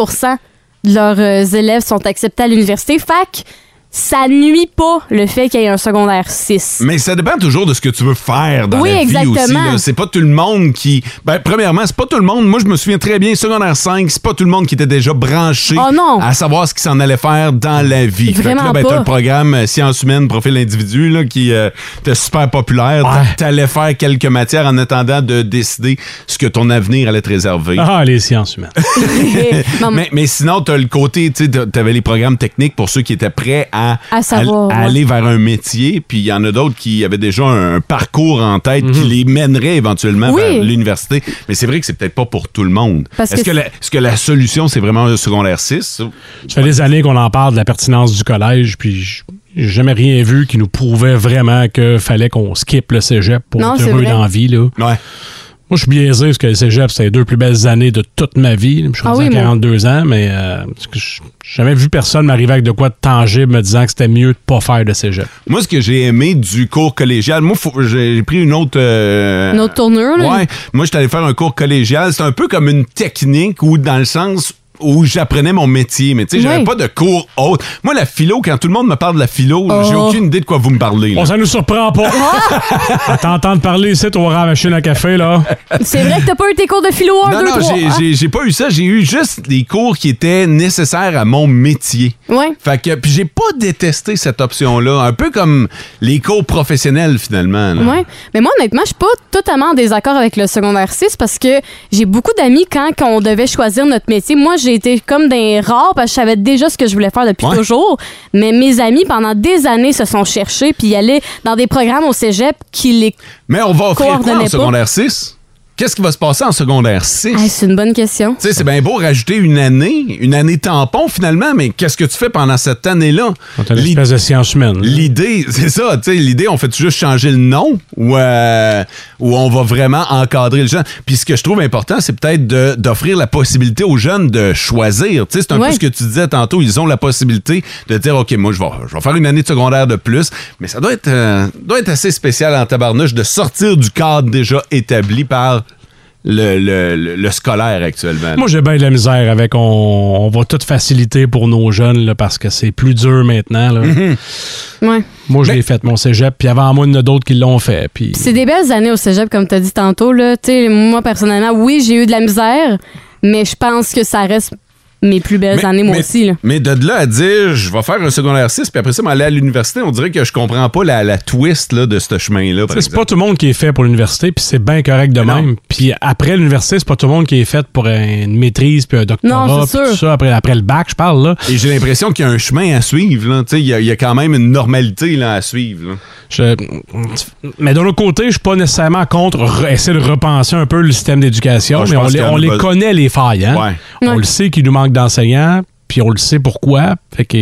S3: de leurs euh, élèves sont acceptés à l'université. Fac, ça nuit pas le fait qu'il y ait un secondaire 6.
S2: Mais ça dépend toujours de ce que tu veux faire dans
S3: Oui,
S2: la vie aussi.
S3: exactement.
S2: là. C'est pas tout le monde qui. Ben, premièrement, c'est pas tout le monde. Moi, je me souviens très bien, secondaire 5, c'est pas tout le monde qui était déjà branché
S3: Oh non.
S2: à savoir ce qu'il s'en allait faire dans la vie. Fait que
S3: Vraiment
S2: là, ben,
S3: pas.
S2: t'as le programme euh, Sciences humaines, profil individu, là, qui euh, était super populaire. T'allais faire quelques matières en attendant de décider ce que ton avenir allait te réserver.
S4: Ah, les sciences humaines.
S3: Non,
S2: mais, mais sinon, tu as le côté, tu avais les programmes techniques pour ceux qui étaient prêts à,
S3: À savoir,
S2: à- à
S3: ouais.
S2: aller vers un métier, puis il y en a d'autres qui avaient déjà un, un parcours en tête qui les mènerait éventuellement
S3: Oui.
S2: vers l'université. Mais c'est vrai que c'est peut-être pas pour tout le monde.
S4: Parce
S2: Est-ce que,
S4: que
S2: la, est-ce que la solution, c'est vraiment le secondaire 6?
S4: Ça fait des années qu'on en parle de la pertinence du collège, puis j- j'ai jamais rien vu qui nous prouvait vraiment que fallait qu'on skip le cégep pour
S3: Non,
S4: être
S3: c'est
S4: heureux
S3: vrai.
S4: dans la vie. Là. Moi, je suis biaisé parce que le cégep, c'est les deux plus belles années de toute ma vie. Je suis
S3: Ah
S4: rendu
S3: oui,
S4: à
S3: moi.
S4: 42 ans, mais euh, parce que je- j'ai jamais vu personne m'arriver avec de quoi de tangible me disant que c'était mieux de pas faire de cégep.
S2: Moi, ce que j'ai aimé du cours collégial, moi, faut- j'ai j'ai pris une autre... euh,
S3: Notre tournure, là.
S2: Ouais. Moi, j'étais allé faire un cours collégial. C'est un peu comme une technique ou dans le sens où j'apprenais mon métier, mais tu sais, j'avais
S4: Oui.
S2: pas de cours autre. Moi, la philo, quand tout le monde me parle de la philo, j'ai
S4: Oh.
S2: aucune idée de quoi vous me parlez. là.
S4: Bon, ça nous surprend pas.
S3: Ah!
S4: À t'entendre parler ici, au à machine à café, là.
S3: C'est vrai que t'as pas eu tes cours de philo 1,
S2: Non,
S3: 2,
S2: non,
S3: 3.
S2: j'ai- j'ai- j'ai pas eu ça. J'ai eu juste les cours qui étaient nécessaires à mon métier.
S3: Ouais.
S2: Fait que, puis j'ai pas détesté cette option-là. Un peu comme les cours professionnels, finalement. là.
S3: Ouais. Mais moi, honnêtement, je suis pas totalement en désaccord avec le secondaire 6 parce que j'ai beaucoup d'amis quand, quand on devait choisir notre métier. Moi, j'ai été comme des rares parce que je savais déjà ce que je voulais faire depuis
S11: Ouais.
S3: toujours. Mais mes amis, pendant des années, se sont cherchés puis allaient dans des programmes au cégep qui les.
S2: Mais on va offrir quoi en
S3: coordonnaient pas.
S2: secondaire 6? Qu'est-ce qui va se passer en secondaire 6?
S3: Ah, c'est une bonne question.
S2: Tu sais, c'est bien beau rajouter une année, une année tampon finalement, mais qu'est-ce que tu fais pendant cette année-là?
S4: L'espèce de science humaine.
S2: L'idée, c'est ça, tu sais, l'idée, on fait juste changer le nom ou, euh, ou on va vraiment encadrer le jeune. Puis ce que je trouve important, c'est peut-être de- d'offrir la possibilité aux jeunes de choisir. Tu sais, c'est un
S12: Ouais.
S2: peu ce que tu disais tantôt, ils ont la possibilité de dire, OK, moi, je vais, je vais faire une année de secondaire de plus, mais ça doit être, euh, doit être assez spécial en tabarnouche de sortir du cadre déjà établi par le, le- le- le scolaire actuellement. là.
S4: Moi, j'ai bien de la misère avec on, on va tout faciliter pour nos jeunes là, parce que c'est plus dur maintenant. là.
S3: Ouais.
S4: Moi, je l'ai fait mon cégep, puis avant moi, il y en a d'autres qui l'ont fait. Puis...
S3: Puis C'est des belles années au cégep, comme tu as dit tantôt. Là. Tu sais, moi, personnellement, oui, j'ai eu de la misère, mais je pense que ça reste mes plus belles années, moi
S2: mais,
S3: aussi. Là.
S2: mais de là à dire, je vais faire un secondaire 6, puis après ça, m'aller à l'université, on dirait que je comprends pas la, la twist là, de ce chemin-là. par
S4: Tu sais, C'est
S2: exemple.
S4: pas tout le monde qui est fait pour l'université, puis c'est bien correct de même. Puis après l'université, c'est pas tout le monde qui est fait pour une maîtrise, puis un doctorat,
S2: Non, c'est
S4: puis
S2: sûr.
S4: tout ça, après, après le bac, je parle. Là.
S2: Et j'ai l'impression qu'il y a un chemin à suivre. là. Tu sais, Il y, a- il y a quand même une normalité là, à suivre. là.
S4: Je- Mais d'un autre côté, je suis pas nécessairement contre re- essayer de repenser un peu le système d'éducation,
S2: Ah, je
S4: mais on
S2: pense
S4: les,
S2: qu'il y en
S4: on
S2: a
S4: les
S2: pas-
S4: connaît, les failles. hein. On
S3: Ouais.
S4: le sait qu'il nous manque d'enseignants, puis on le sait pourquoi. Fait que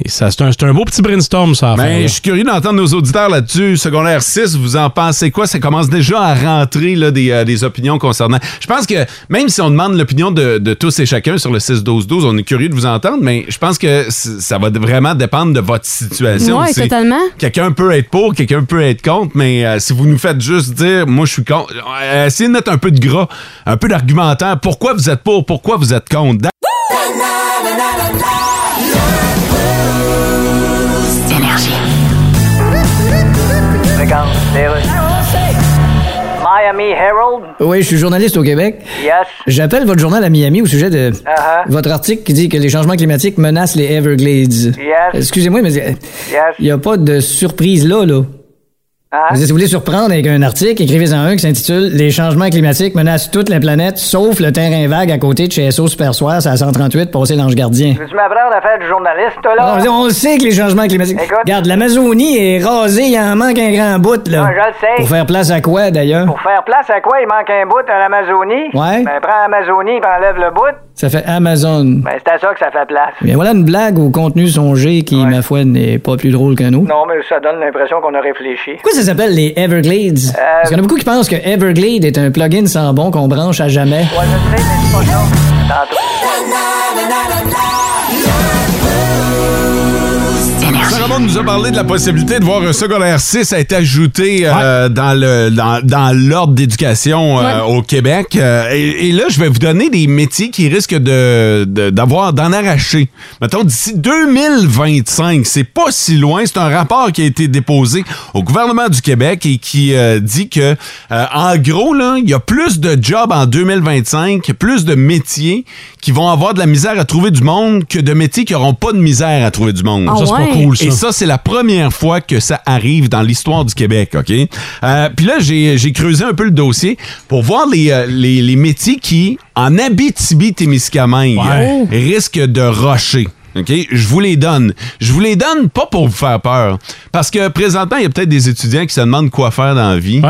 S4: et ça, c'est un, c'est un beau petit brainstorm, ça. à faire,
S2: Ben,
S4: là.
S2: je suis curieux d'entendre nos auditeurs là-dessus. Secondaire 6, vous en pensez quoi? Ça commence déjà à rentrer là, des, euh, des opinions concernant. Je pense que même si on demande l'opinion de, de tous et chacun sur le 6-12-12, on est curieux de vous entendre, mais je pense que c- ça va d- vraiment dépendre de votre situation.
S3: Ouais,
S2: C'est-
S3: totalement.
S2: Quelqu'un peut être pour, quelqu'un peut être contre, mais euh, si vous nous faites juste dire, moi je suis contre, euh, essayez de mettre un peu de gras, un peu d'argumentaire. Pourquoi vous êtes pour, pourquoi vous êtes contre? Dans-
S13: Regarde, les Russes. Miami Herald.
S7: Oui, je suis journaliste au Québec.
S13: Yes.
S7: J'appelle votre journal à Miami au sujet de
S13: Uh-huh.
S7: votre article qui dit que les changements climatiques menacent les Everglades. Excusez-moi, mais euh, il n'y a pas de surprise là, là.
S13: Uh-huh.
S7: Je veux dire, Si vous voulez surprendre avec un article, écrivez-en un qui s'intitule Les changements climatiques menacent toute la planète, sauf le terrain vague à côté de chez SO Super Soir, c'est à 138, passé l'Ange Gardien.
S13: Tu m'apprends à faire du journaliste,
S7: Ah,
S13: là?
S7: je veux dire, on le sait que les changements climatiques. Regarde, l'Amazonie est rasée, il en manque un grand bout, là.
S13: Ah, je le sais.
S7: Pour faire place à quoi, d'ailleurs?
S13: Pour faire place à quoi? Il manque un bout à l'Amazonie.
S7: Ouais.
S13: Ben, prends l'Amazonie et enlève le bout.
S7: Ça fait Amazon.
S13: Ben, c'est à ça que ça fait place.
S7: Bien, voilà une blague au contenu songé qui, ma foi, n'est pas plus drôle qu'un autre.
S13: Non, mais ça donne l'impression qu'on a réfléchi. Euh,
S7: Pourquoi ça s'appelle les Everglades? Parce qu'il y en a beaucoup qui pensent que Everglade est un plugin sans bon qu'on branche à jamais.
S2: Sarah Maud nous a parlé de la possibilité de voir un secondaire 6 être ajouté euh, dans le dans, dans l'ordre d'éducation euh, au Québec. Euh, et, et là, je vais vous donner des métiers qui risquent de de- d'avoir d'en arracher. Mettons d'ici 2025, c'est pas si loin. C'est un rapport qui a été déposé au gouvernement du Québec et qui euh, dit que euh, en gros là, il y a plus de jobs en 2025, plus de métiers qui vont avoir de la misère à trouver du monde que de métiers qui n'auront pas de misère à trouver du monde.
S4: Ah Ça, c'est pas ouais? cool, ça.
S2: Et ça, c'est la première fois que ça arrive dans l'histoire du Québec, OK? Euh, Puis là, j'ai j'ai creusé un peu le dossier pour voir les, euh, les, les métiers qui, en Abitibi-Témiscamingue,
S4: Ouais.
S2: risquent de rocher. OK? Je vous les donne. Je vous les donne pas pour vous faire peur. Parce que présentement, il y a peut-être des étudiants qui se demandent quoi faire dans la vie.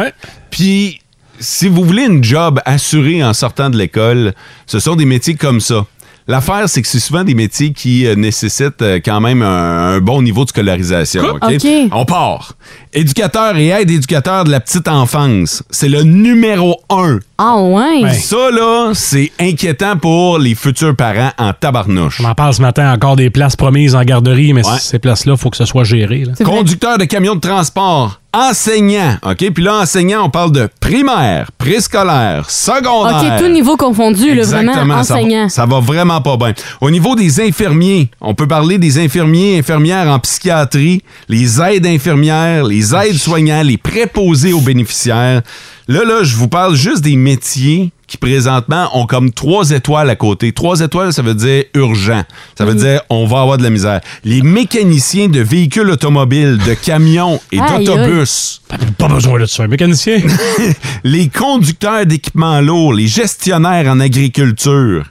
S2: Puis, si vous voulez une job assurée en sortant de l'école, ce sont des métiers comme ça. L'affaire, c'est que c'est souvent des métiers qui euh, nécessitent euh, quand même un, un bon niveau de scolarisation. OK?
S12: OK.
S2: On part. Éducateur et aide éducateur de la petite enfance, c'est le numéro un.
S3: Ah ouais?
S2: Ça, là, c'est inquiétant pour les futurs parents en tabarnouche.
S4: On en parle ce matin, encore des places promises en garderie, mais ces places-là, il faut que ce soit géré. là.
S2: Conducteur de camion de transport, enseignants. OK? Puis là, enseignants, on parle de primaire, préscolaire, secondaire.
S3: OK, tout niveau confondu, là, vraiment,
S2: Ah, Exactement, ça va-
S3: enseignant.
S2: Ça va vraiment pas bien. Au niveau des infirmiers, on peut parler des infirmiers, infirmières en psychiatrie, les aides infirmières, les aides soignants, les préposés aux bénéficiaires. Là, là, je vous parle juste des métiers qui présentement ont comme trois étoiles à côté. Trois étoiles, ça veut dire urgent. Ça veut dire on va avoir de la misère. Les mécaniciens de véhicules automobiles, de camions et
S4: Aïe,
S2: d'autobus.
S4: Pas besoin de ça, un mécanicien.
S2: les conducteurs d'équipements lourds, les gestionnaires en agriculture,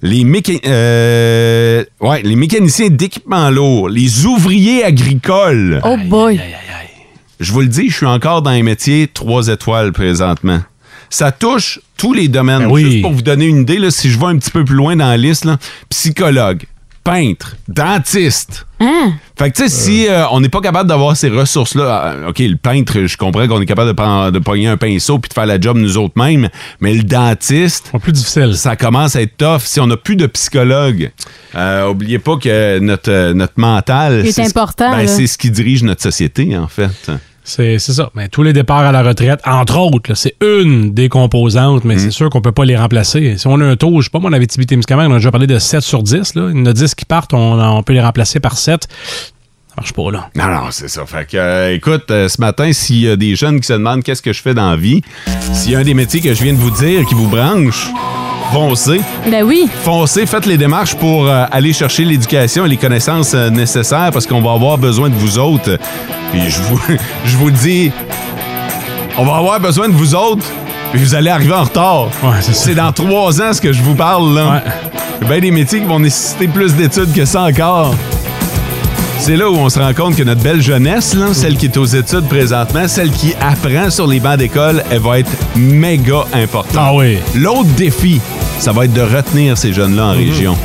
S2: les, méca- euh, ouais, les mécaniciens d'équipements lourds, les ouvriers agricoles.
S3: Oh boy.
S2: Je vous le dis, je suis encore dans les métiers trois étoiles présentement. Ça touche tous les domaines. Juste pour vous donner une idée, là, si je vais un petit peu plus loin dans la liste, là, psychologue, peintre, dentiste.
S3: Hein?
S2: Fait que, tu sais, si euh, on n'est pas capable d'avoir ces ressources-là, euh, OK, le peintre, je comprends qu'on est capable de, prendre- de pogner un pinceau puis de faire la job nous autres mêmes, mais le dentiste.
S4: plus difficile.
S2: Ça commence à être tough. Si on n'a plus de psychologue, euh, oubliez pas que notre, euh, notre mental.
S3: Il est
S2: c'est ce-
S3: important,
S2: ben,
S3: là.
S2: c'est ce qui dirige notre société, en fait.
S4: C'est c'est ça. Mais tous les départs à la retraite, entre autres, là, c'est une des composantes,
S2: Mhm.
S4: mais c'est sûr qu'on peut pas les remplacer. Si on a un taux, je sais pas, moi, en Abitibi-Témiscamingue, on a déjà parlé de 7 sur 10. Là. Il y en a 10 qui partent, on, on peut les remplacer par 7. Ça marche pas, là.
S2: Non, non, c'est ça. Fait que, euh, écoute, euh, ce matin, s'il y a des jeunes qui se demandent qu'est-ce que je fais dans la vie, s'il y a un des métiers que je viens de vous dire qui vous branche, foncez.
S3: Ben oui.
S2: Foncez, faites les démarches pour euh, aller chercher l'éducation et les connaissances euh, nécessaires parce qu'on va avoir besoin de vous autres. Puis je vous, je vous le dis, on va avoir besoin de vous autres, puis vous allez arriver en retard. c'est dans trois ans ce que je vous parle, là. Il y a bien des métiers qui vont nécessiter plus d'études que ça encore. C'est là où on se rend compte que notre belle jeunesse, là, celle qui est aux études présentement, celle qui apprend sur les bancs d'école, elle va être méga importante. Ah oui. L'autre défi, ça va être de retenir ces jeunes-là en région.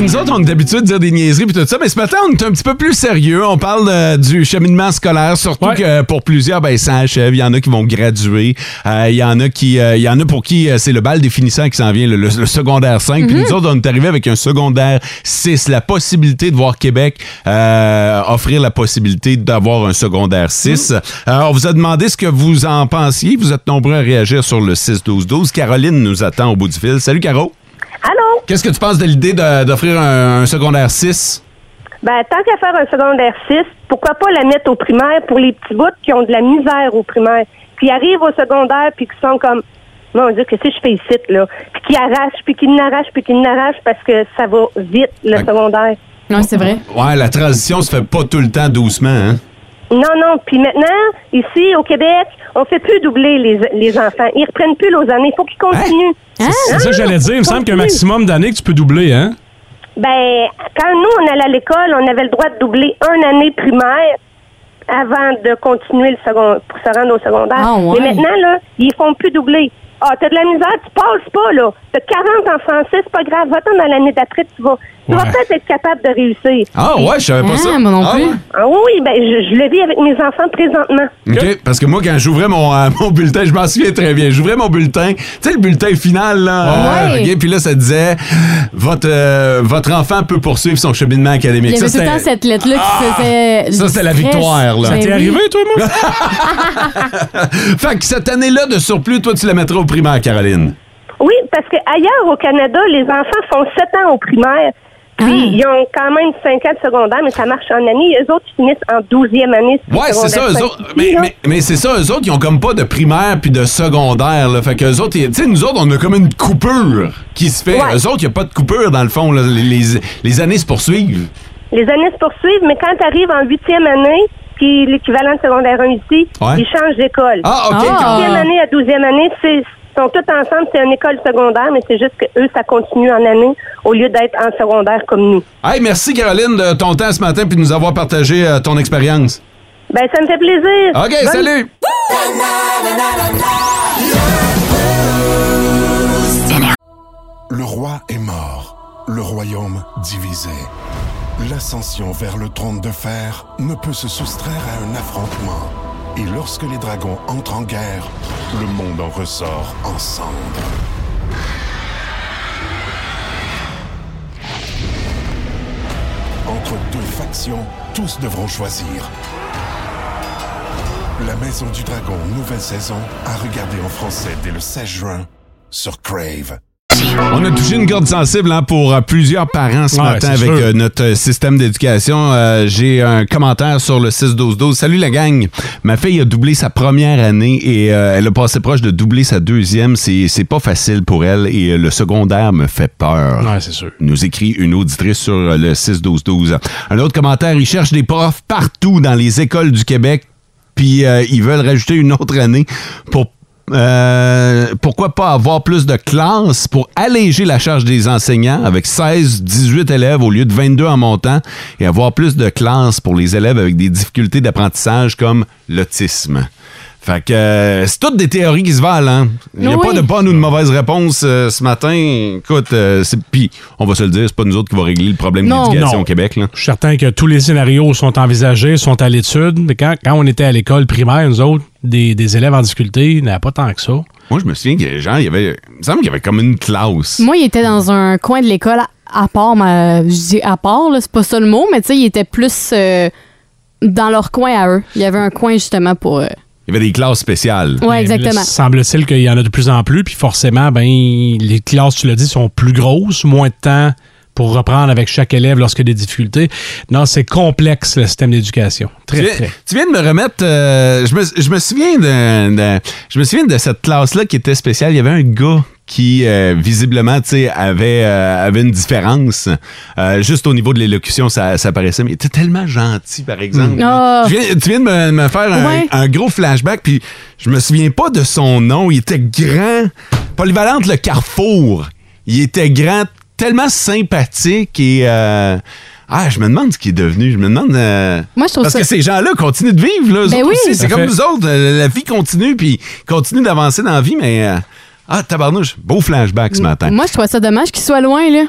S2: Nous autres, on est habitués de dire des niaiseries puis tout ça, mais ce matin, on est un petit peu plus sérieux. On parle euh, du cheminement scolaire, surtout que pour plusieurs, ben, ça achève. Il y en a qui vont graduer. Euh, Il y en a qui, euh, il y en a pour qui euh, c'est le bal définissant qui s'en vient, le, le- le secondaire 5. Puis nous autres, on est arrivés avec un secondaire 6. La possibilité de voir Québec euh, offrir la possibilité d'avoir un secondaire 6. Euh, on vous a demandé ce que vous en pensiez. Vous êtes nombreux à réagir sur le 6-12-12. Caroline nous attend au bout du fil. Salut, Caro.
S11: Allô?
S2: Qu'est-ce que tu penses de l'idée de- d'offrir un, un secondaire 6?
S11: Ben, tant qu'à faire un secondaire 6, pourquoi pas la mettre au primaire pour les petits bouts qui ont de la misère au primaire, qui arrivent au secondaire puis qui sont comme, mon Dieu, qu'est-ce que je fais ici, là? Puis qui arrachent, puis qui n'arrachent, puis qui n'arrachent ben, parce que ça va vite, le secondaire.
S3: Non, c'est vrai.
S2: Ouais, la transition se fait pas tout le temps doucement, hein?
S11: Non, non. Puis maintenant, ici, au Québec, on fait plus doubler les, les enfants. Ils reprennent plus nos années. Il faut qu'ils continuent.
S3: Hein?
S4: C'est ça que j'allais dire. Il me semble qu'il y a un maximum d'années que tu peux doubler, hein?
S11: Ben, quand nous, on allait à l'école, on avait le droit de doubler une année primaire avant de continuer le second, pour se rendre au secondaire.
S12: Ah, ouais.
S11: Mais maintenant, là, ils font plus doubler. Ah, t'as de la misère, tu passes pas, là. T'as 40 en français, c'est pas grave. Va-t'en dans l'année d'après, tu vas. Tu vas
S2: Ouais.
S11: peut-être être capable de réussir.
S2: Ah, ouais, je savais pas Ah,
S3: Hein,
S2: ça. moi non Ah, plus. ouais.
S11: Ah oui, ben, je, je le vis avec mes enfants présentement.
S2: OK? Parce que moi, quand j'ouvrais mon, euh, mon bulletin, je m'en souviens très bien, j'ouvrais mon bulletin, tu sais, le bulletin final, là. Euh,
S3: Ouais.
S2: OK? Puis là, ça disait, votre, euh, votre enfant peut poursuivre son cheminement
S3: Il y
S2: académique.
S3: avait tout le
S2: c'était- Ah!
S3: temps cette lettre-là qui faisait. Ben
S2: ça, c'était la victoire, là. Ça t'est arrivé,
S4: toi, moi?
S2: Fait que cette année-là de surplus, toi, tu la mettras au primaire, Caroline.
S11: Oui, parce que ailleurs au Canada, les enfants font 7 ans au primaire. Puis
S2: Ah.
S11: ils ont quand même 5 ans de secondaire, mais ça marche en année. Eux autres, ils finissent en 12e année. sur
S2: Ouais, c'est ça,
S11: secondaire
S2: eux
S11: cinq.
S2: autres. Mais, mais- mais c'est ça, eux autres, ils ont comme pas de primaire puis de secondaire, là. Fait que eux autres, ils- tu sais, nous autres, on a comme une coupure qui se fait. Eux autres, il n'y a pas de coupure, dans le fond, là. Les, les- les années se poursuivent.
S11: Les années se poursuivent, mais quand tu arrives en 8e année, puis l'équivalent de secondaire 1 ici,
S2: Ouais.
S11: ils changent d'école.
S2: Ah, ok. Ah.
S11: 8e année à 12e année, c'est ils sont tous ensemble, c'est une école secondaire, mais c'est juste que eux, ça continue en année au lieu d'être en secondaire comme nous.
S2: Hey, merci, Caroline, de ton temps ce matin puis de nous avoir partagé euh, ton expérience.
S11: Ben, ça me fait plaisir.
S2: OK,
S11: Bonne-
S2: salut!
S6: Le roi est mort, le royaume divisé. L'ascension vers le trône de fer ne peut se soustraire à un affrontement. Et lorsque les dragons entrent en guerre, le monde en ressort ensemble. entre deux factions, tous devront choisir. La Maison du Dragon, nouvelle saison, à regarder en français dès le 16 juin sur Crave.
S2: On a touché une corde sensible hein, pour euh, plusieurs parents ce
S6: Ouais,
S2: matin
S6: c'est
S2: avec
S6: sûr.
S2: euh, notre euh, système d'éducation. Euh, J'ai un commentaire sur le 6-12-12. Salut la gang! Ma fille a doublé sa première année et euh, elle a passé proche de doubler sa deuxième. C'est c'est pas facile pour elle et euh, le secondaire me fait peur.
S4: Ouais, c'est sûr.
S2: Nous écrit une auditrice sur euh, le 6-12-12. Un autre commentaire, ils cherchent des profs partout dans les écoles du Québec puis euh, ils veulent rajouter une autre année pour euh, pourquoi pas avoir plus de classes pour alléger la charge des enseignants avec 16, 18 élèves au lieu de 22 en montant et avoir plus de classes pour les élèves avec des difficultés d'apprentissage comme l'autisme. Fait que euh, c'est toutes des théories qui se valent. hein. Il n'y a
S4: Oui.
S2: pas de bonne ou de mauvaise réponse euh, ce matin. Écoute, euh, c'est- puis on va se le dire, c'est pas nous autres qui va régler le problème de
S4: Non.
S2: l'éducation
S4: Non.
S2: au Québec. Là.
S4: Je suis certain que tous les scénarios sont envisagés, sont à l'étude. Mais quand, quand on était à l'école primaire, nous autres, des, des élèves en difficulté, il n'y en a pas tant que ça.
S2: Moi, je me souviens que genre, il y avait, il me semble qu'il y avait comme une classe.
S3: Moi, il était dans un coin de l'école à, à part, ma, je dis à part, là, c'est pas ça le mot, mais tu sais, il était plus euh, dans leur coin à eux. Il y avait un coin justement pour. euh,
S2: Il y avait des classes spéciales.
S3: Ouais, exactement.
S4: là, Semble-t-il qu'il y en a de plus en plus, puis forcément, ben, les classes, tu l'as dit, sont plus grosses, moins de temps pour reprendre avec chaque élève lorsqu'il y a des difficultés. Non, c'est complexe le système d'éducation. Très,
S2: tu, viens,
S4: très.
S2: tu viens de me remettre. euh, je, me, je me souviens de, de- je me souviens de cette classe-là qui était spéciale. Il y avait un gars qui, euh, visiblement, tu sais, avait, euh, avait une différence. Euh, juste au niveau de l'élocution, ça, ça paraissait. Mais il était tellement gentil, par exemple.
S3: Mm. Ah.
S2: Tu, viens, tu viens de me, me faire un,
S3: Ouais.
S2: un gros flashback, puis je me souviens pas de son nom. Il était grand. Polyvalente le carrefour. Il était grand, tellement sympathique et. euh, ah, je me demande ce qu'il est devenu. Je me demande. euh,
S3: Moi, je trouve
S2: parce
S3: ça-
S2: que ces gens-là continuent de vivre, là, eux
S3: Ben
S2: autres
S3: oui.
S2: aussi. C'est
S3: Tout à
S2: comme
S3: fait.
S2: nous autres. euh, La vie continue, puis continue d'avancer dans la vie, mais. euh, ah, tabarnouche, beau flashback ce matin.
S3: Moi, je trouvais ça dommage qu'il soit loin, là.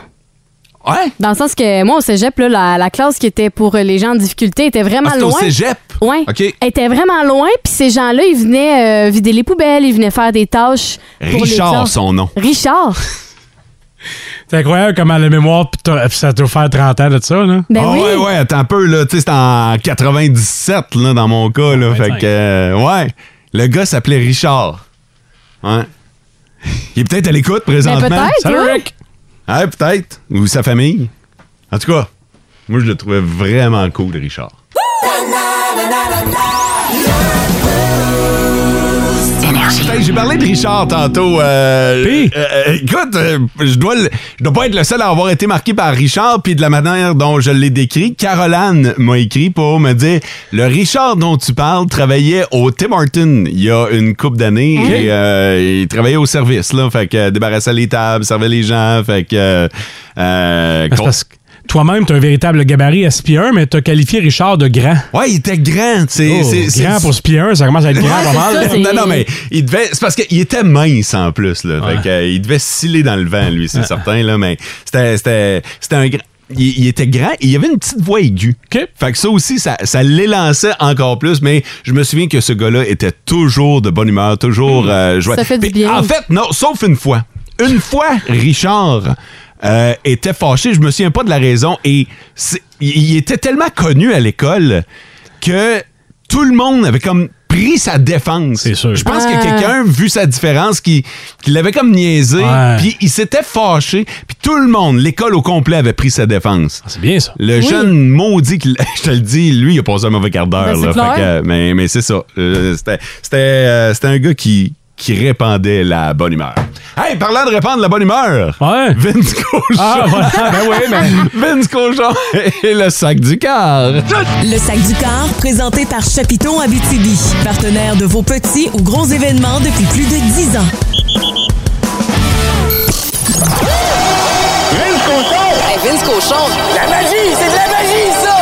S2: Ouais.
S3: Dans le sens que moi, au cégep, là, la, la classe qui était pour les gens en difficulté était vraiment
S2: Ah, c'est au
S3: loin.
S2: cégep?
S3: Ouais.
S2: OK.
S3: Elle était vraiment loin, puis ces gens-là, ils venaient euh, vider les poubelles, ils venaient faire des tâches. Pour les
S2: Richard,
S3: classes.
S2: son nom.
S3: Richard.
S4: C'est incroyable comment la mémoire, puis t'as- puis ça doit faire 30 ans de ça, là.
S3: Ben
S2: Ah
S3: oui.
S2: ouais, ouais, attends un peu, là. Tu sais, c'est en 97, là, dans mon cas, là. Fait
S4: 25.
S2: que, euh, ouais. Le gars s'appelait Richard. Ouais. Il est peut-être à l'écoute
S3: Ben,
S2: présentement.
S4: peut-être, Salut, ouais. Rick.
S2: Ouais, peut-être. Ou sa famille. En tout cas, moi, je le trouvais vraiment cool, Richard. Hey, J'ai parlé de Richard tantôt. euh, euh, euh, écoute, euh, je dois, le- je dois pas être le seul à avoir été marqué par Richard, puis de la manière dont je l'ai décrit, Caroline m'a écrit pour me dire le Richard dont tu parles travaillait au Tim Horton il y a une couple d'années
S4: Hein?
S2: et euh, il travaillait au service là, fait que euh, débarrassait les tables, servait les gens, fait que euh,
S4: Ah,
S2: euh,
S4: Ben, C'est parce que toi-même, t'as un véritable gabarit à SP1, mais t'as qualifié Richard de grand.
S2: Ouais, il était grand. C'est
S4: Oh,
S2: c'est- c'est-
S4: grand pour SP1, ça commence à être grand pas mal. là.
S2: non, non, mais il devait. C'est parce qu'il était mince en plus, là. Fait que, euh, il devait sciller dans le vent, lui, c'est
S4: Ouais.
S2: certain, là. Mais c'était- c'était c'était un grand. Il, il était grand et il avait une petite voix aiguë. Fait que ça aussi, ça, ça l'élançait encore plus. Mais je me souviens que ce gars-là était toujours de bonne humeur,
S4: Hmm.
S2: toujours euh, joyeux.
S4: Ça fait du
S2: Puis,
S4: bien.
S2: En fait, non, sauf une fois. Une fois, Richard euh, était fâché. Je me souviens pas de la raison. Et c'est- il il était tellement connu à l'école que tout le monde avait comme pris sa défense. Je pense
S4: Ah.
S2: que quelqu'un, vu sa différence, qui, qui l'avait comme niaisé,
S4: Ouais.
S2: puis il s'était fâché, puis tout le monde, l'école au complet, avait pris sa défense.
S4: Ah, c'est bien ça.
S2: Le
S4: Oui.
S2: jeune maudit, qui l'a- je te le dis, lui, il a passé un mauvais quart
S4: Ben,
S2: d'heure.
S4: c'est
S2: là.
S4: clair.
S2: Fait que, mais mais c'est ça. Euh, C'était c'était, euh, c'était un gars qui, qui répandait la bonne humeur. Hey, parlant de répandre la bonne humeur, Vince Cochon.
S4: Ah, voilà, ben oui,
S2: Vince Cochon et le sac du car.
S12: Le sac du car, présenté par Chapiton Abitibi, partenaire de vos petits ou gros événements depuis plus de 10 ans.
S9: Vince Cochon! Hey, Vince Cochon! La magie! C'est de la magie, ça!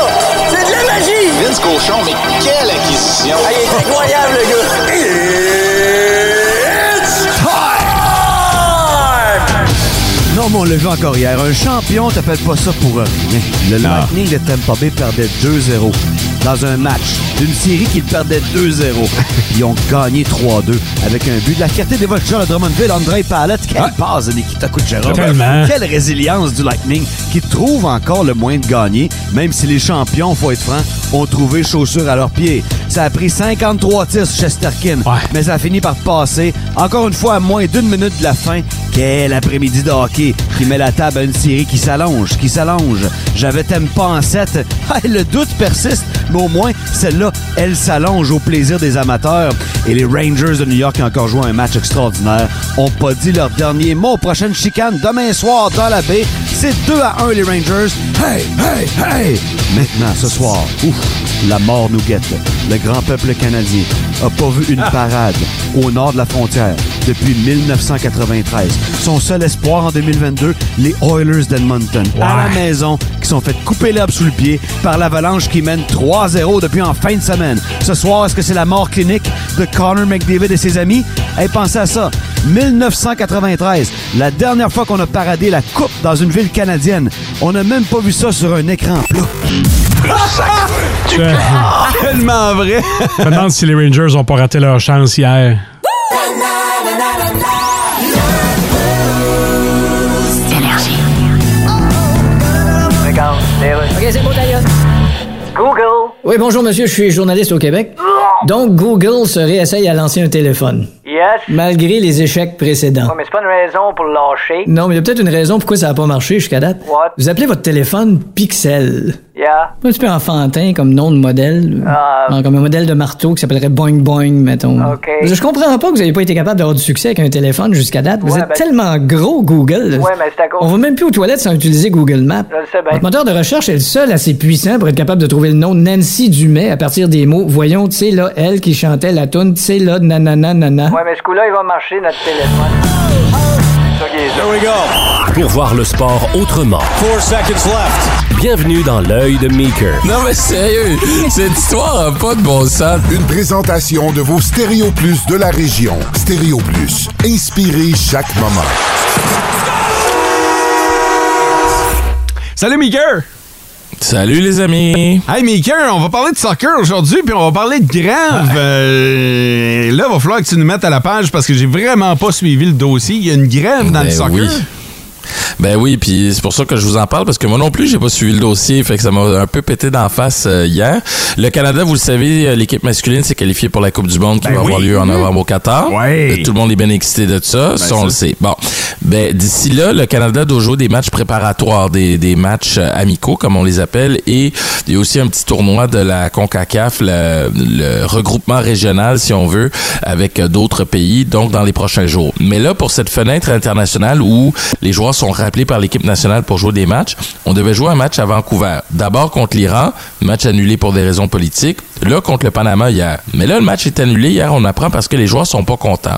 S9: C'est de la magie! Vince Cochon, mais quelle acquisition! Ah, il est incroyable, le gars! It's time!
S14: Non, mais on l'a vu encore
S1: Ah.
S14: hier. Un champion, t'appelles pas ça pour rien. Le Lightning de Tampa Bay perdait 2-0. dans un match d'une série qu'ils perdaient 2-0. Ils ont gagné 3-2 avec un but de la fierté des voltigeurs de Drummondville, André Palette. Quelle passe de Nikita Kucherov.
S4: Tellement.
S14: Quelle résilience du Lightning qui trouve encore le moyen de gagner, même si les champions, faut être franc, ont trouvé chaussures à leurs pieds. Ça a pris 53 tirs sur Chesterkin, mais ça a fini par passer, encore une fois à moins d'une minute de la fin. Quel après-midi de hockey qui met la table à une série qui s'allonge, qui s'allonge. J'avais t'aime pas en 7. le doute persiste, mais au moins, celle-là, elle s'allonge au plaisir des amateurs. Et les Rangers de New York qui ont encore joué un match extraordinaire. Ont pas dit leur dernier mot. Prochaine chicane demain soir dans la baie. C'est 2 à 1 les Rangers. Hey, hey, hey! Maintenant, ce soir, ouf, la mort nous guette. Le grand peuple canadien a pas vu une parade au nord de la frontière depuis 1993. Son seul espoir en 2022, les Oilers d'Edmonton. À la maison, qui sont fait couper l'herbe sous le pied par l'avalanche qui mène 3-0 depuis en fin de semaine. Ce soir, est-ce que c'est la mort clinique de Connor McDavid et ses amis? Hey, pensez à ça. 1993, la dernière fois qu'on a paradé la coupe dans une ville canadienne. On n'a même pas vu ça sur un écran plat.
S2: Tellement vrai.
S4: Je me demande si les Rangers ont pas raté leur chance hier.
S13: Regarde, les rues.
S7: OK, c'est bon, d'ailleurs.
S13: Google.
S7: Oui, bonjour, monsieur, je suis journaliste au Québec. Donc, Google se réessaye à lancer un téléphone,
S13: Yes.
S7: malgré les échecs précédents.
S13: Ouais, mais c'est pas une raison pour lâcher.
S7: Non, mais il y a peut-être une raison pourquoi ça n'a pas marché jusqu'à date.
S13: What?
S7: Vous appelez votre téléphone Pixel.
S13: Yeah. Ah.
S7: Un petit peu enfantin comme nom de modèle. Non, comme un modèle de marteau qui s'appellerait Boing Boing, mettons.
S13: OK.
S7: Je comprends pas que vous n'ayez pas été capable d'avoir du succès avec un téléphone jusqu'à date. Vous
S13: Ouais,
S7: êtes
S13: ben-
S7: tellement gros, Google.
S13: Ouais, mais c'est à cause-
S7: On va même plus aux toilettes sans utiliser Google Maps.
S13: Je le sais bien.
S7: Votre moteur de recherche est le seul assez puissant pour être capable de trouver le nom de Nancy Dumais à partir des mots. Voyons, tu sais, là, elle qui chantait la tune, tu sais, là, nanana, nana.
S13: Ouais, mais ce coup-là, il va marcher, notre téléphone. Here
S15: we go.
S16: Pour voir le sport autrement.
S15: Four seconds left.
S16: Bienvenue dans l'œil de Meeker.
S10: Non mais sérieux, cette histoire a pas de bon sens. Une présentation de vos Stéréo Plus de la région. Stéréo Plus, inspirez chaque moment.
S2: Salut Meeker!
S15: Salut les amis!
S2: Hey Meeker, on va parler de soccer aujourd'hui, puis on va parler de grève. Euh, là, il va falloir que tu nous mettes à la page parce que j'ai vraiment pas suivi le dossier. Il y a une grève dans le
S15: Ben
S2: soccer.
S15: oui. Ben oui, puis c'est pour ça que je vous en parle parce que moi non plus, j'ai pas suivi le dossier, fait que ça m'a un peu pété d'en face euh, hier. Le Canada, vous le savez, euh, l'équipe masculine s'est qualifiée pour la Coupe du monde qui
S2: Ben
S15: va avoir
S2: oui.
S15: lieu en novembre au Qatar. Euh, Tout le monde est bien excité de ça, ça, on
S2: ça.
S15: le sait. Bon, ben d'ici là, le Canada doit jouer des matchs préparatoires, des, des matchs euh, amicaux comme on les appelle et il y a aussi un petit tournoi de la CONCACAF, le, le regroupement régional si on veut avec euh, d'autres pays donc dans les prochains jours. Mais là pour cette fenêtre internationale où les joueurs sont rappelés par l'équipe nationale pour jouer des matchs, on devait jouer un match à Vancouver. D'abord contre l'Iran, match annulé pour des raisons politiques, là contre le Panama hier. Mais là le match est annulé hier, on apprend parce que les joueurs sont pas contents.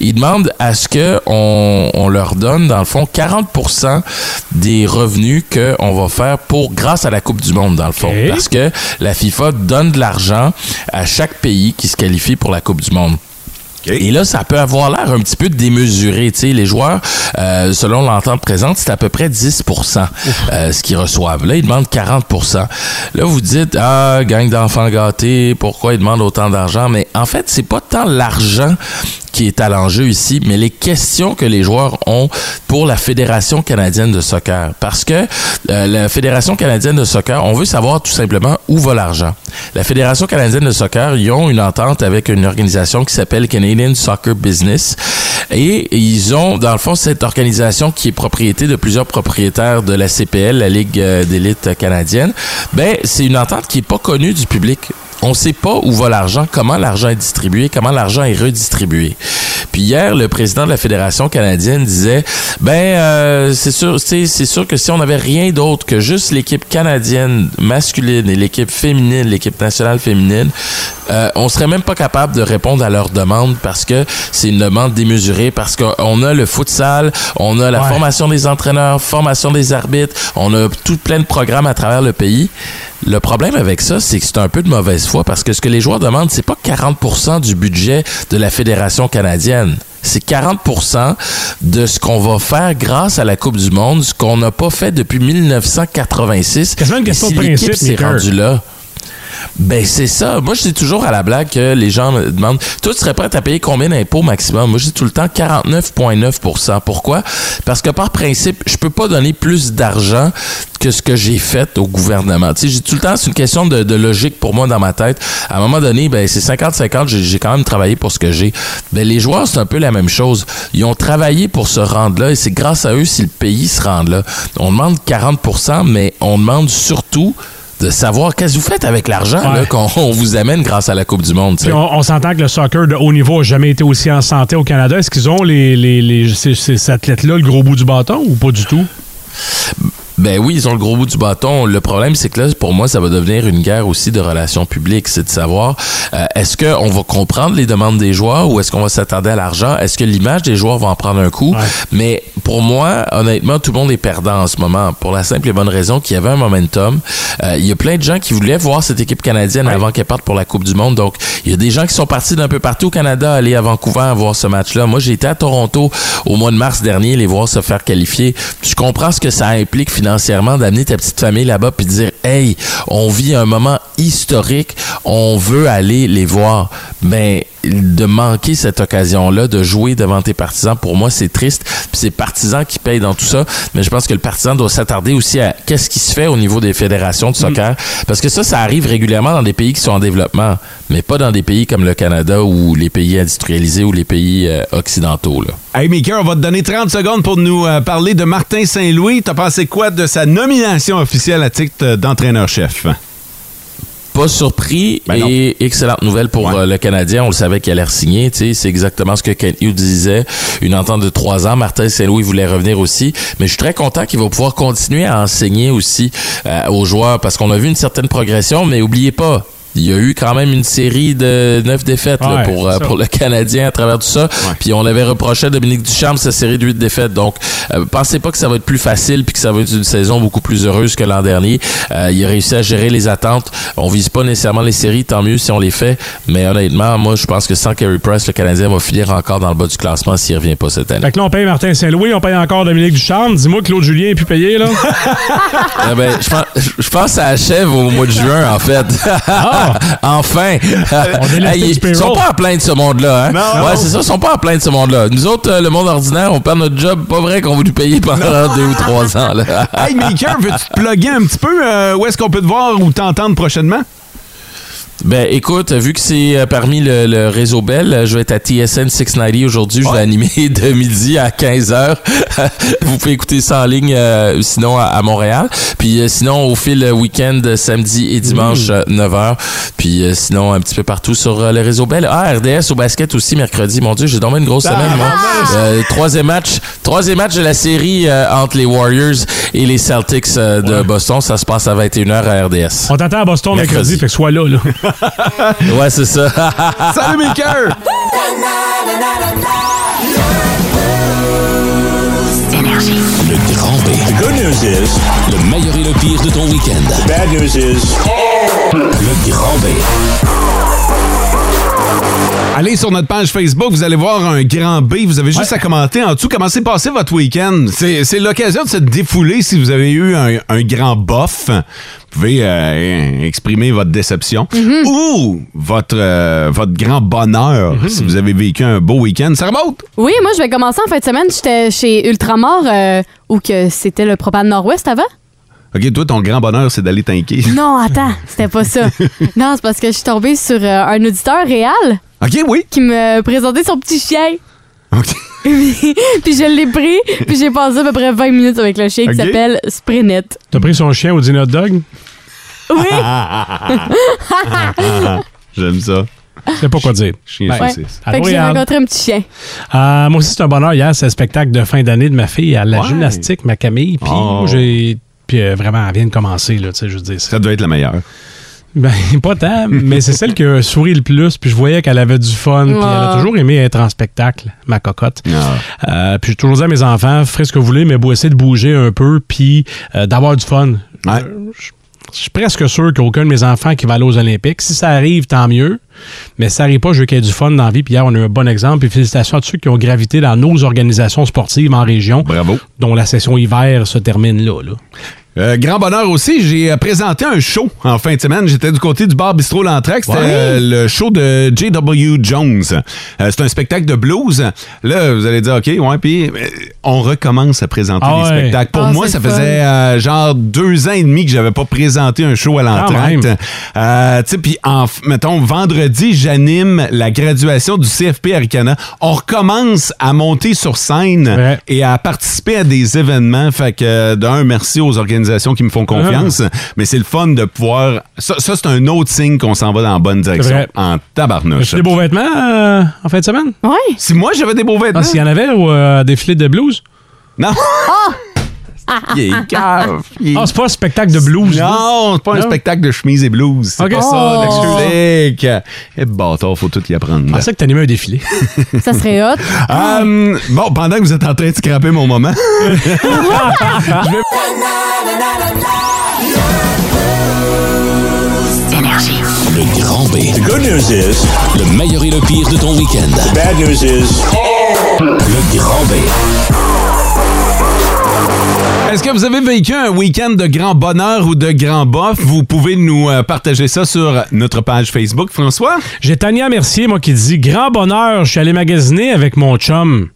S15: Ils demandent à ce que on, on leur donne dans le fond 40% des revenus que on va faire pour grâce à la Coupe du monde dans le fond parce que la FIFA donne de l'argent à chaque pays qui se qualifie pour la Coupe du monde. Et là, ça peut avoir l'air un petit peu démesuré. Tu sais, les joueurs, euh, selon l'entente présente, c'est à peu près 10 euh, ce qu'ils reçoivent. Là, ils demandent 40 Là, vous dites, ah, gang d'enfants gâtés, pourquoi ils demandent autant d'argent? Mais en fait, c'est pas tant l'argent qui est à l'enjeu ici, mais les questions que les joueurs ont pour la Fédération canadienne de soccer. Parce que euh, la Fédération canadienne de soccer, on veut savoir tout simplement où va l'argent. La Fédération canadienne de soccer, ils ont une entente avec une organisation qui s'appelle Canadian Soccer Business. Et ils ont, dans le fond, cette organisation qui est propriété de plusieurs propriétaires de la CPL, la Ligue euh, d'élite canadienne. Ben, c'est une entente qui est pas connue du public. On ne sait pas où va l'argent, comment l'argent est distribué, comment l'argent est redistribué. Puis hier, le président de la Fédération canadienne disait ben euh, c'est sûr, tu sais, c'est sûr que si on n'avait rien d'autre que juste l'équipe canadienne masculine et l'équipe féminine, l'équipe nationale féminine, euh, on serait même pas capable de répondre à leurs demandes parce que c'est une demande démesurée parce qu'on a le futsal, on a la formation des entraîneurs, formation des arbitres, on a tout plein de programmes à travers le pays. Le problème avec ça, c'est que c'est un peu de mauvaise foi parce que ce que les joueurs demandent, c'est pas 40% du budget de la Fédération canadienne. C'est 40% de ce qu'on va faire grâce à la Coupe du Monde, ce qu'on n'a pas fait depuis 1986.
S4: Quasiment une
S15: Et
S4: question
S15: si
S4: de
S15: l'équipe
S4: principe,
S15: s'est
S4: Maker.
S15: rendue là, Ben, c'est ça. Moi, je dis toujours à la blague que les gens me demandent Toi, tu serais prêt à payer combien d'impôts maximum Moi, je dis tout le temps 49,9 Pourquoi Parce que par principe, je peux pas donner plus d'argent que ce que j'ai fait au gouvernement. Tu sais, j'ai tout le temps, c'est une question de, de, logique pour moi dans ma tête. À un moment donné, ben, c'est 50-50, j'ai, j'ai quand même travaillé pour ce que j'ai. Ben, les joueurs, c'est un peu la même chose. Ils ont travaillé pour se rendre là et c'est grâce à eux si le pays se rend là. On demande 40 mais on demande surtout de savoir qu'est-ce que vous faites avec l'argent
S4: Ouais.
S15: Ah, là, qu'on on vous amène grâce à la Coupe du Monde. tu sais.
S4: Puis on, on s'entend que le soccer de haut niveau n'a jamais été aussi en santé au Canada. Est-ce qu'ils ont les, les, les- ces, ces athlètes-là le gros bout du bâton ou pas du tout?
S15: Ben oui, ils ont le gros bout du bâton. Le problème, c'est que là, pour moi, ça va devenir une guerre aussi de relations publiques. C'est de savoir, euh, est-ce qu'on va comprendre les demandes des joueurs ou est-ce qu'on va s'attarder à l'argent? Est-ce que l'image des joueurs va en prendre un coup? Mais pour moi, honnêtement, tout le monde est perdant en ce moment pour la simple et bonne raison qu'il y avait un momentum. Euh, Il y a plein de gens qui voulaient voir cette équipe canadienne avant qu'elle parte pour la Coupe du Monde. Donc, il y a des gens qui sont partis d'un peu partout au Canada, aller à Vancouver voir ce match-là. Moi, j'ai été à Toronto au mois de mars dernier, les voir se faire qualifier. Je comprends ce que ça implique financièrement d'amener ta petite famille là-bas puis de dire, hey, on vit un moment historique, on veut aller les voir. Mais de manquer cette occasion-là, de jouer devant tes partisans, pour moi, c'est triste. Puis c'est partisans qui payent dans tout ça. Mais je pense que le partisan doit s'attarder aussi à qu'est-ce qui se fait au niveau des fédérations de soccer. Parce que ça, ça arrive régulièrement dans des pays qui sont en développement, mais pas dans des pays comme le Canada ou les pays industrialisés ou les pays euh, occidentaux. Là.
S2: Hey Maker, on va te donner 30 secondes pour nous euh, parler de Martin Saint-Louis. T'as pensé quoi de sa nomination officielle à titre euh, d'entraîneur-chef?
S15: Pas surpris
S17: Ben
S15: et excellente nouvelle pour euh, le Canadien. On le savait qu'il allait signer. C'est exactement ce que Ken Hughes disait. Une entente de trois ans. Martin Saint-Louis voulait revenir aussi. Mais je suis très content qu'il va pouvoir continuer à enseigner aussi euh, aux joueurs parce qu'on a vu une certaine progression. Mais oubliez pas, il y a eu quand même une série de neuf défaites là,
S17: Ouais,
S15: pour, euh,
S17: c'est ça.
S15: pour le Canadien à travers tout ça. Puis on l'avait reproché à Dominique Ducharme sa série de huit défaites. Donc, euh, pensez pas que ça va être plus facile puis que ça va être une saison beaucoup plus heureuse que l'an dernier. Euh, il a réussi à gérer les attentes. On vise pas nécessairement les séries, tant mieux si on les fait. Mais honnêtement, moi, je pense que sans Carey Price, le Canadien va finir encore dans le bas du classement s'il revient pas cette année.
S4: Fait que là, on paye Martin Saint-Louis, on paye encore Dominique Ducharme. Dis-moi que Claude Julien est plus payé, là.
S15: Ah ben, je pense, je pense que ça achève au mois de juin, en fait. enfin!
S4: Ah! On déleste
S15: Hey,
S4: du
S15: ils sont
S4: payroll.
S15: pas en plein de ce monde-là. Hein?
S4: Non,
S15: ouais,
S4: non.
S15: c'est ça, ils sont pas en plein de ce monde-là. Nous autres, euh, le monde ordinaire, on perd notre job. Pas vrai qu'on va nous payer pendant deux ou trois ans. Là.
S2: Hey Maker, veux-tu te plugger un petit peu? euh, où est-ce qu'on peut te voir ou t'entendre prochainement?
S15: Ben écoute, vu que c'est euh, parmi le, le réseau Bell, euh, je vais être à TSN 690 aujourd'hui. Je vais animer de midi à 15h. Vous pouvez écouter ça en ligne euh, sinon à, à Montréal. Puis euh, sinon au fil euh, week-end euh, samedi et dimanche 9h. Puis euh, sinon un petit peu partout sur euh, le réseau Bell. Ah, RDS au basket aussi mercredi. Mon Dieu, j'ai dormi une grosse semaine. moi. Euh, troisième match. Troisième match de la série euh, entre les Warriors et les Celtics euh, de Boston. Ça se passe à 21h à RDS.
S4: On t'attend à Boston mercredi, fait que sois là, là.
S15: Ouais, c'est ça.
S2: Salut Maker!
S16: Le grand B. The good news is. Le meilleur et le pire de ton week-end. bad news is. Le grand B.
S2: Allez sur notre page Facebook, vous allez voir un grand B. Vous avez juste à commenter en dessous comment s'est passé votre week-end. C'est c'est l'occasion de se défouler si vous avez eu un, un grand bof. Vous pouvez euh, exprimer votre déception ou votre, euh, votre grand bonheur si vous avez vécu un beau week-end. Ça remonte!
S3: Oui, moi, je vais commencer en fin de semaine. J'étais chez Ultramar, euh, où que c'était le propane Nord-Ouest avant.
S2: OK, toi, ton grand bonheur, c'est d'aller tanker.
S3: Non, attends, c'était pas ça. non, c'est parce que je suis tombée sur euh, un auditeur réel.
S2: OK, oui.
S3: Qui me présentait son petit chien. puis puis je l'ai pris, puis j'ai passé à peu près 20 minutes avec le chien qui
S4: Ok.
S3: s'appelle Sprinet.
S4: T'as pris son chien au dîner hot dog?
S2: J'aime ça.
S4: Je sais pas quoi dire.
S2: Chien
S4: Ben,
S2: saucisse.
S4: allô,
S3: Fait que j'ai
S4: Yann.
S3: rencontré un petit chien.
S4: Euh, moi aussi, c'est un bonheur. Hier, c'est le spectacle de fin d'année de ma fille à la
S3: Ouais.
S4: gymnastique, ma Camille. Puis
S2: Oh.
S4: moi, j'ai. Puis euh, vraiment, elle vient de commencer, là, tu sais, je veux dire. Ça
S2: doit être la meilleure.
S4: Ben, pas tant, mais c'est celle qui a souri le plus, puis je voyais qu'elle avait du fun, puis elle a
S3: Oh.
S4: toujours aimé être en spectacle, ma cocotte. Euh, puis j'ai toujours dit à mes enfants, ferez ce que vous voulez, mais vous essayez de bouger un peu, puis euh, d'avoir du fun. Euh, je- je suis presque sûr qu'aucun de mes enfants qui va aller aux Olympiques, si ça arrive, tant mieux. Mais si ça arrive pas, je veux qu'il y ait du fun dans la vie. Puis hier, on a eu un bon exemple. Puis félicitations à tous ceux qui ont gravité dans nos organisations sportives en région.
S2: Bravo.
S4: Dont la session hiver se termine là. là.
S2: Euh, grand bonheur aussi, j'ai euh, présenté un show en fin de semaine. J'étais du côté du bar Bistrot L'Entraque. C'était
S17: Ouais.
S2: euh, le show de J.W. Jones. Euh, c'est un spectacle de blues. Là, vous allez dire, OK, ouais, puis euh, on recommence à présenter
S4: Ah
S2: les
S4: ouais.
S2: spectacles. Pour
S4: Ah,
S2: moi,
S4: c'est
S2: ça
S4: le fun.
S2: faisait euh, genre deux ans et demi que j'avais pas présenté un show à l'entraque.
S4: même.
S2: Euh, tu sais, puis en, f- mettons, vendredi, j'anime la graduation du CFP Arcana. On recommence à monter sur scène et à participer à des événements. Fait que, euh, d'un, merci aux organisations qui me font confiance,
S4: Ah.
S2: mais c'est le fun de pouvoir... Ça, ça, c'est un autre signe qu'on s'en va dans la bonne direction.
S4: vrai.
S2: En tabarnouche.
S4: As-tu des beaux vêtements euh, en fin de semaine?
S3: Oui.
S2: Si moi, j'avais des beaux vêtements.
S4: Ah, S'il y en avait, ou euh, des filets de blues?
S2: Non.
S3: Ah!
S2: Il est cave.
S4: Ah, c'est pas un spectacle de blues.
S2: Non, c'est pas un spectacle de chemise et blues. C'est
S4: Ok.
S2: pas
S4: Oh.
S2: ça, l'excuse. Eh, bâtard, faut tout y apprendre. Je
S4: pensais que t'animais un défilé.
S3: Ça serait hot.
S2: Hum, bon, pendant que vous êtes en train de scraper mon moment, je vais-
S16: Énergie. Le grand B. The good news is. Le meilleur et le pire de ton week-end. Bad news is. Le grand B.
S2: Est-ce que vous avez vécu un week-end de grand bonheur ou de grand bof? Vous pouvez nous euh, partager ça sur notre page Facebook, François.
S4: J'ai Tania Mercier, moi, qui dit Grand bonheur, je suis allé magasiner avec mon chum.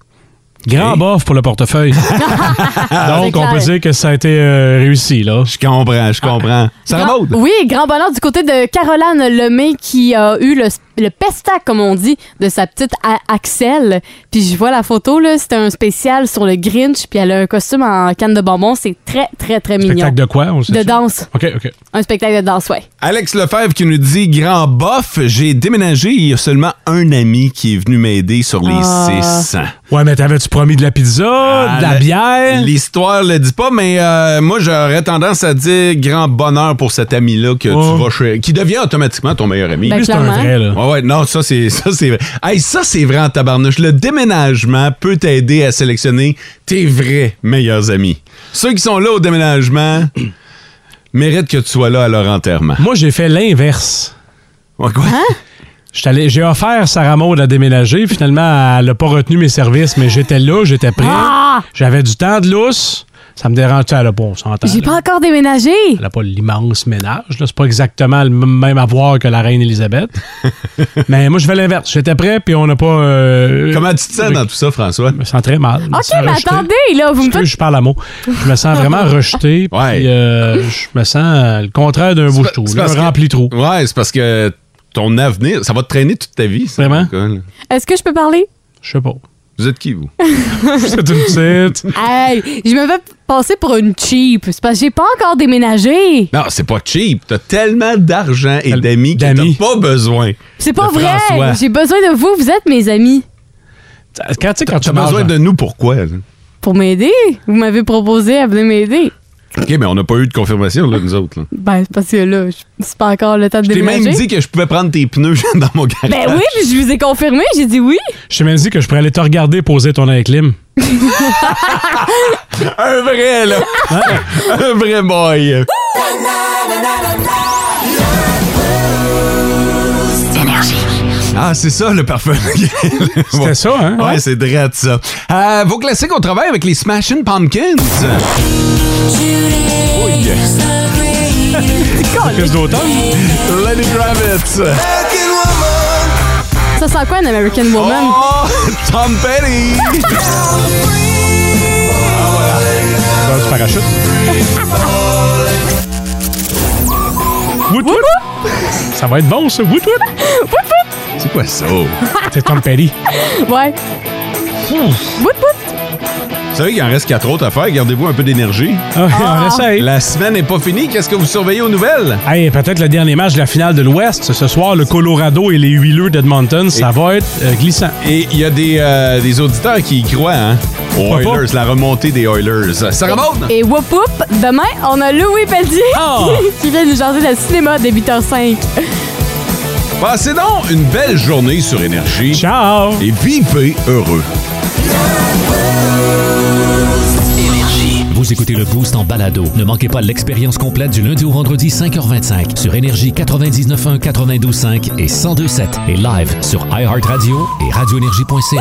S4: Grand bof pour le portefeuille. Donc, on peut
S3: clair.
S4: dire que ça a été euh, réussi, là. Je
S2: comprends, je comprends.
S4: Ah,
S2: Ça
S3: Grand- Oui, grand bonheur du côté de Caroline Lemay qui a eu le, le pestac, comme on dit, de sa petite A- Axel. Puis je vois la photo, là, c'était un spécial sur le Grinch, puis elle a un costume en canne de bonbons. C'est très, très, très mignon.
S2: Spectacle de quoi, on le sait
S3: De
S2: ça?
S3: danse.
S4: OK, OK.
S3: Un spectacle de danse, ouais.
S2: Alex Lefebvre qui nous dit Grand bof, j'ai déménagé, il y a seulement un ami qui est venu m'aider sur les
S4: Ah.
S2: six.
S4: Ouais, mais t'avais-tu promis de la pizza, de la
S2: Ah,
S4: bière?
S2: L'histoire le dit pas, mais euh, moi, j'aurais tendance à dire grand bonheur pour cet ami-là que
S4: Oh.
S2: tu vas chez... qui devient automatiquement ton meilleur ami.
S4: Ben, Lui, c'est un clairement. vrai, là.
S2: Ouais, ouais, non, ça, c'est ça, c'est vrai. Hey, ça, c'est vrai en tabarnouche. Le déménagement peut t'aider à sélectionner tes vrais meilleurs amis. Ceux qui sont là au déménagement méritent que tu sois là à leur enterrement. Hein?
S4: Moi, j'ai fait l'inverse. J'étais allé- J'ai offert Sarah Maud à déménager. Finalement, elle n'a pas retenu mes services, mais j'étais là, j'étais prêt.
S3: Ah!
S4: J'avais du temps de lousse. Ça me dérange. Elle a pas, on s'entend.
S3: J'ai
S4: là.
S3: pas encore déménagé.
S4: Elle n'a pas l'immense ménage. là. C'est pas exactement le m- même avoir que la reine Elisabeth. mais moi, je fais l'inverse. J'étais prêt, puis on n'a pas. euh,
S2: Comment tu te sens dans tout ça, François?
S4: Je me sens très mal. Je me
S3: OK,
S4: sens
S3: mais
S4: rejeté.
S3: attendez, là, vous me
S4: Excuse,
S3: faites...
S4: je parle à mots. Je me sens vraiment rejeté. puis, euh, je me sens euh, le contraire d'un bouche-trou.
S2: C'est
S4: là,
S2: parce
S4: Un
S2: que-
S4: rempli trou.
S2: Ouais, c'est parce que ton avenir, ça va te traîner toute ta vie. Vraiment?
S3: Est-ce que je peux parler?
S4: Je sais pas.
S2: Vous êtes qui, vous?
S4: C'est une petite.
S3: Hey, je me fais passer pour une cheap. C'est parce que j'ai pas encore déménagé.
S2: Non, c'est pas cheap. T'as tellement d'argent et d'amis que t'as pas besoin.
S3: C'est pas
S2: de
S3: vrai.
S2: François.
S3: J'ai besoin de vous. Vous êtes mes amis.
S4: Quand, tu
S2: as besoin de nous, pourquoi? là?
S3: Pour m'aider. Vous m'avez proposé à venir m'aider.
S2: OK, mais on n'a pas eu de confirmation, là, nous autres. là.
S3: Ben, c'est parce que là, je- c'est pas encore le temps de
S2: Je t'ai
S3: déménager.
S2: même dit que je pouvais prendre tes pneus dans mon garage.
S3: Ben oui, puis je vous ai confirmé. J'ai dit oui.
S4: Je t'ai même dit que je pourrais aller te regarder poser ton inclim.
S2: Un vrai, là. Hein? Un vrai boy. Ah, c'est ça le parfum. C'était
S4: ça, hein?
S2: Ouais, c'est drette, ça. Euh, vos classiques, on travaille avec les Smashing Pumpkins. Oui.
S4: Plus d'automne.
S2: Lenny Kravitz.
S3: Ça sent quoi, une American Woman?
S2: Oh, Tom Petty!
S4: Dans du parachute. Wout, wout. Ça va être bon, ça. Wout, wout.
S2: C'est quoi ça?
S4: C'est Tom Petty.
S3: ouais. Wout, wout.
S2: Vous savez qu'il en reste quatre autres à faire. Gardez-vous un peu d'énergie.
S4: Ah on essaye.
S2: La semaine n'est pas finie. Qu'est-ce que vous surveillez aux nouvelles?
S4: Hey, peut-être le dernier match de la finale de l'Ouest. Ce soir, le Colorado et les Huileux d'Edmonton. Ça va être euh, glissant.
S2: Et il y a des, euh, des auditeurs qui y croient, hein? Aux
S4: Pourquoi pas?
S2: Oilers, la remontée des Oilers. Ça remonte?
S3: Et whoop whoop, demain, on a Louis Pelletier
S2: Oh!
S3: qui vient nous jaser de cinéma dès 8h05.
S2: Passez donc une belle journée sur Énergie.
S4: Ciao!
S2: Et vivez heureux.
S1: Vous écoutez le Boost en balado. Ne manquez pas l'expérience complète du lundi au vendredi 5h25 sur Énergie 99.1, 92.5 et 102.7 et live sur iHeartRadio et radioénergie.ca.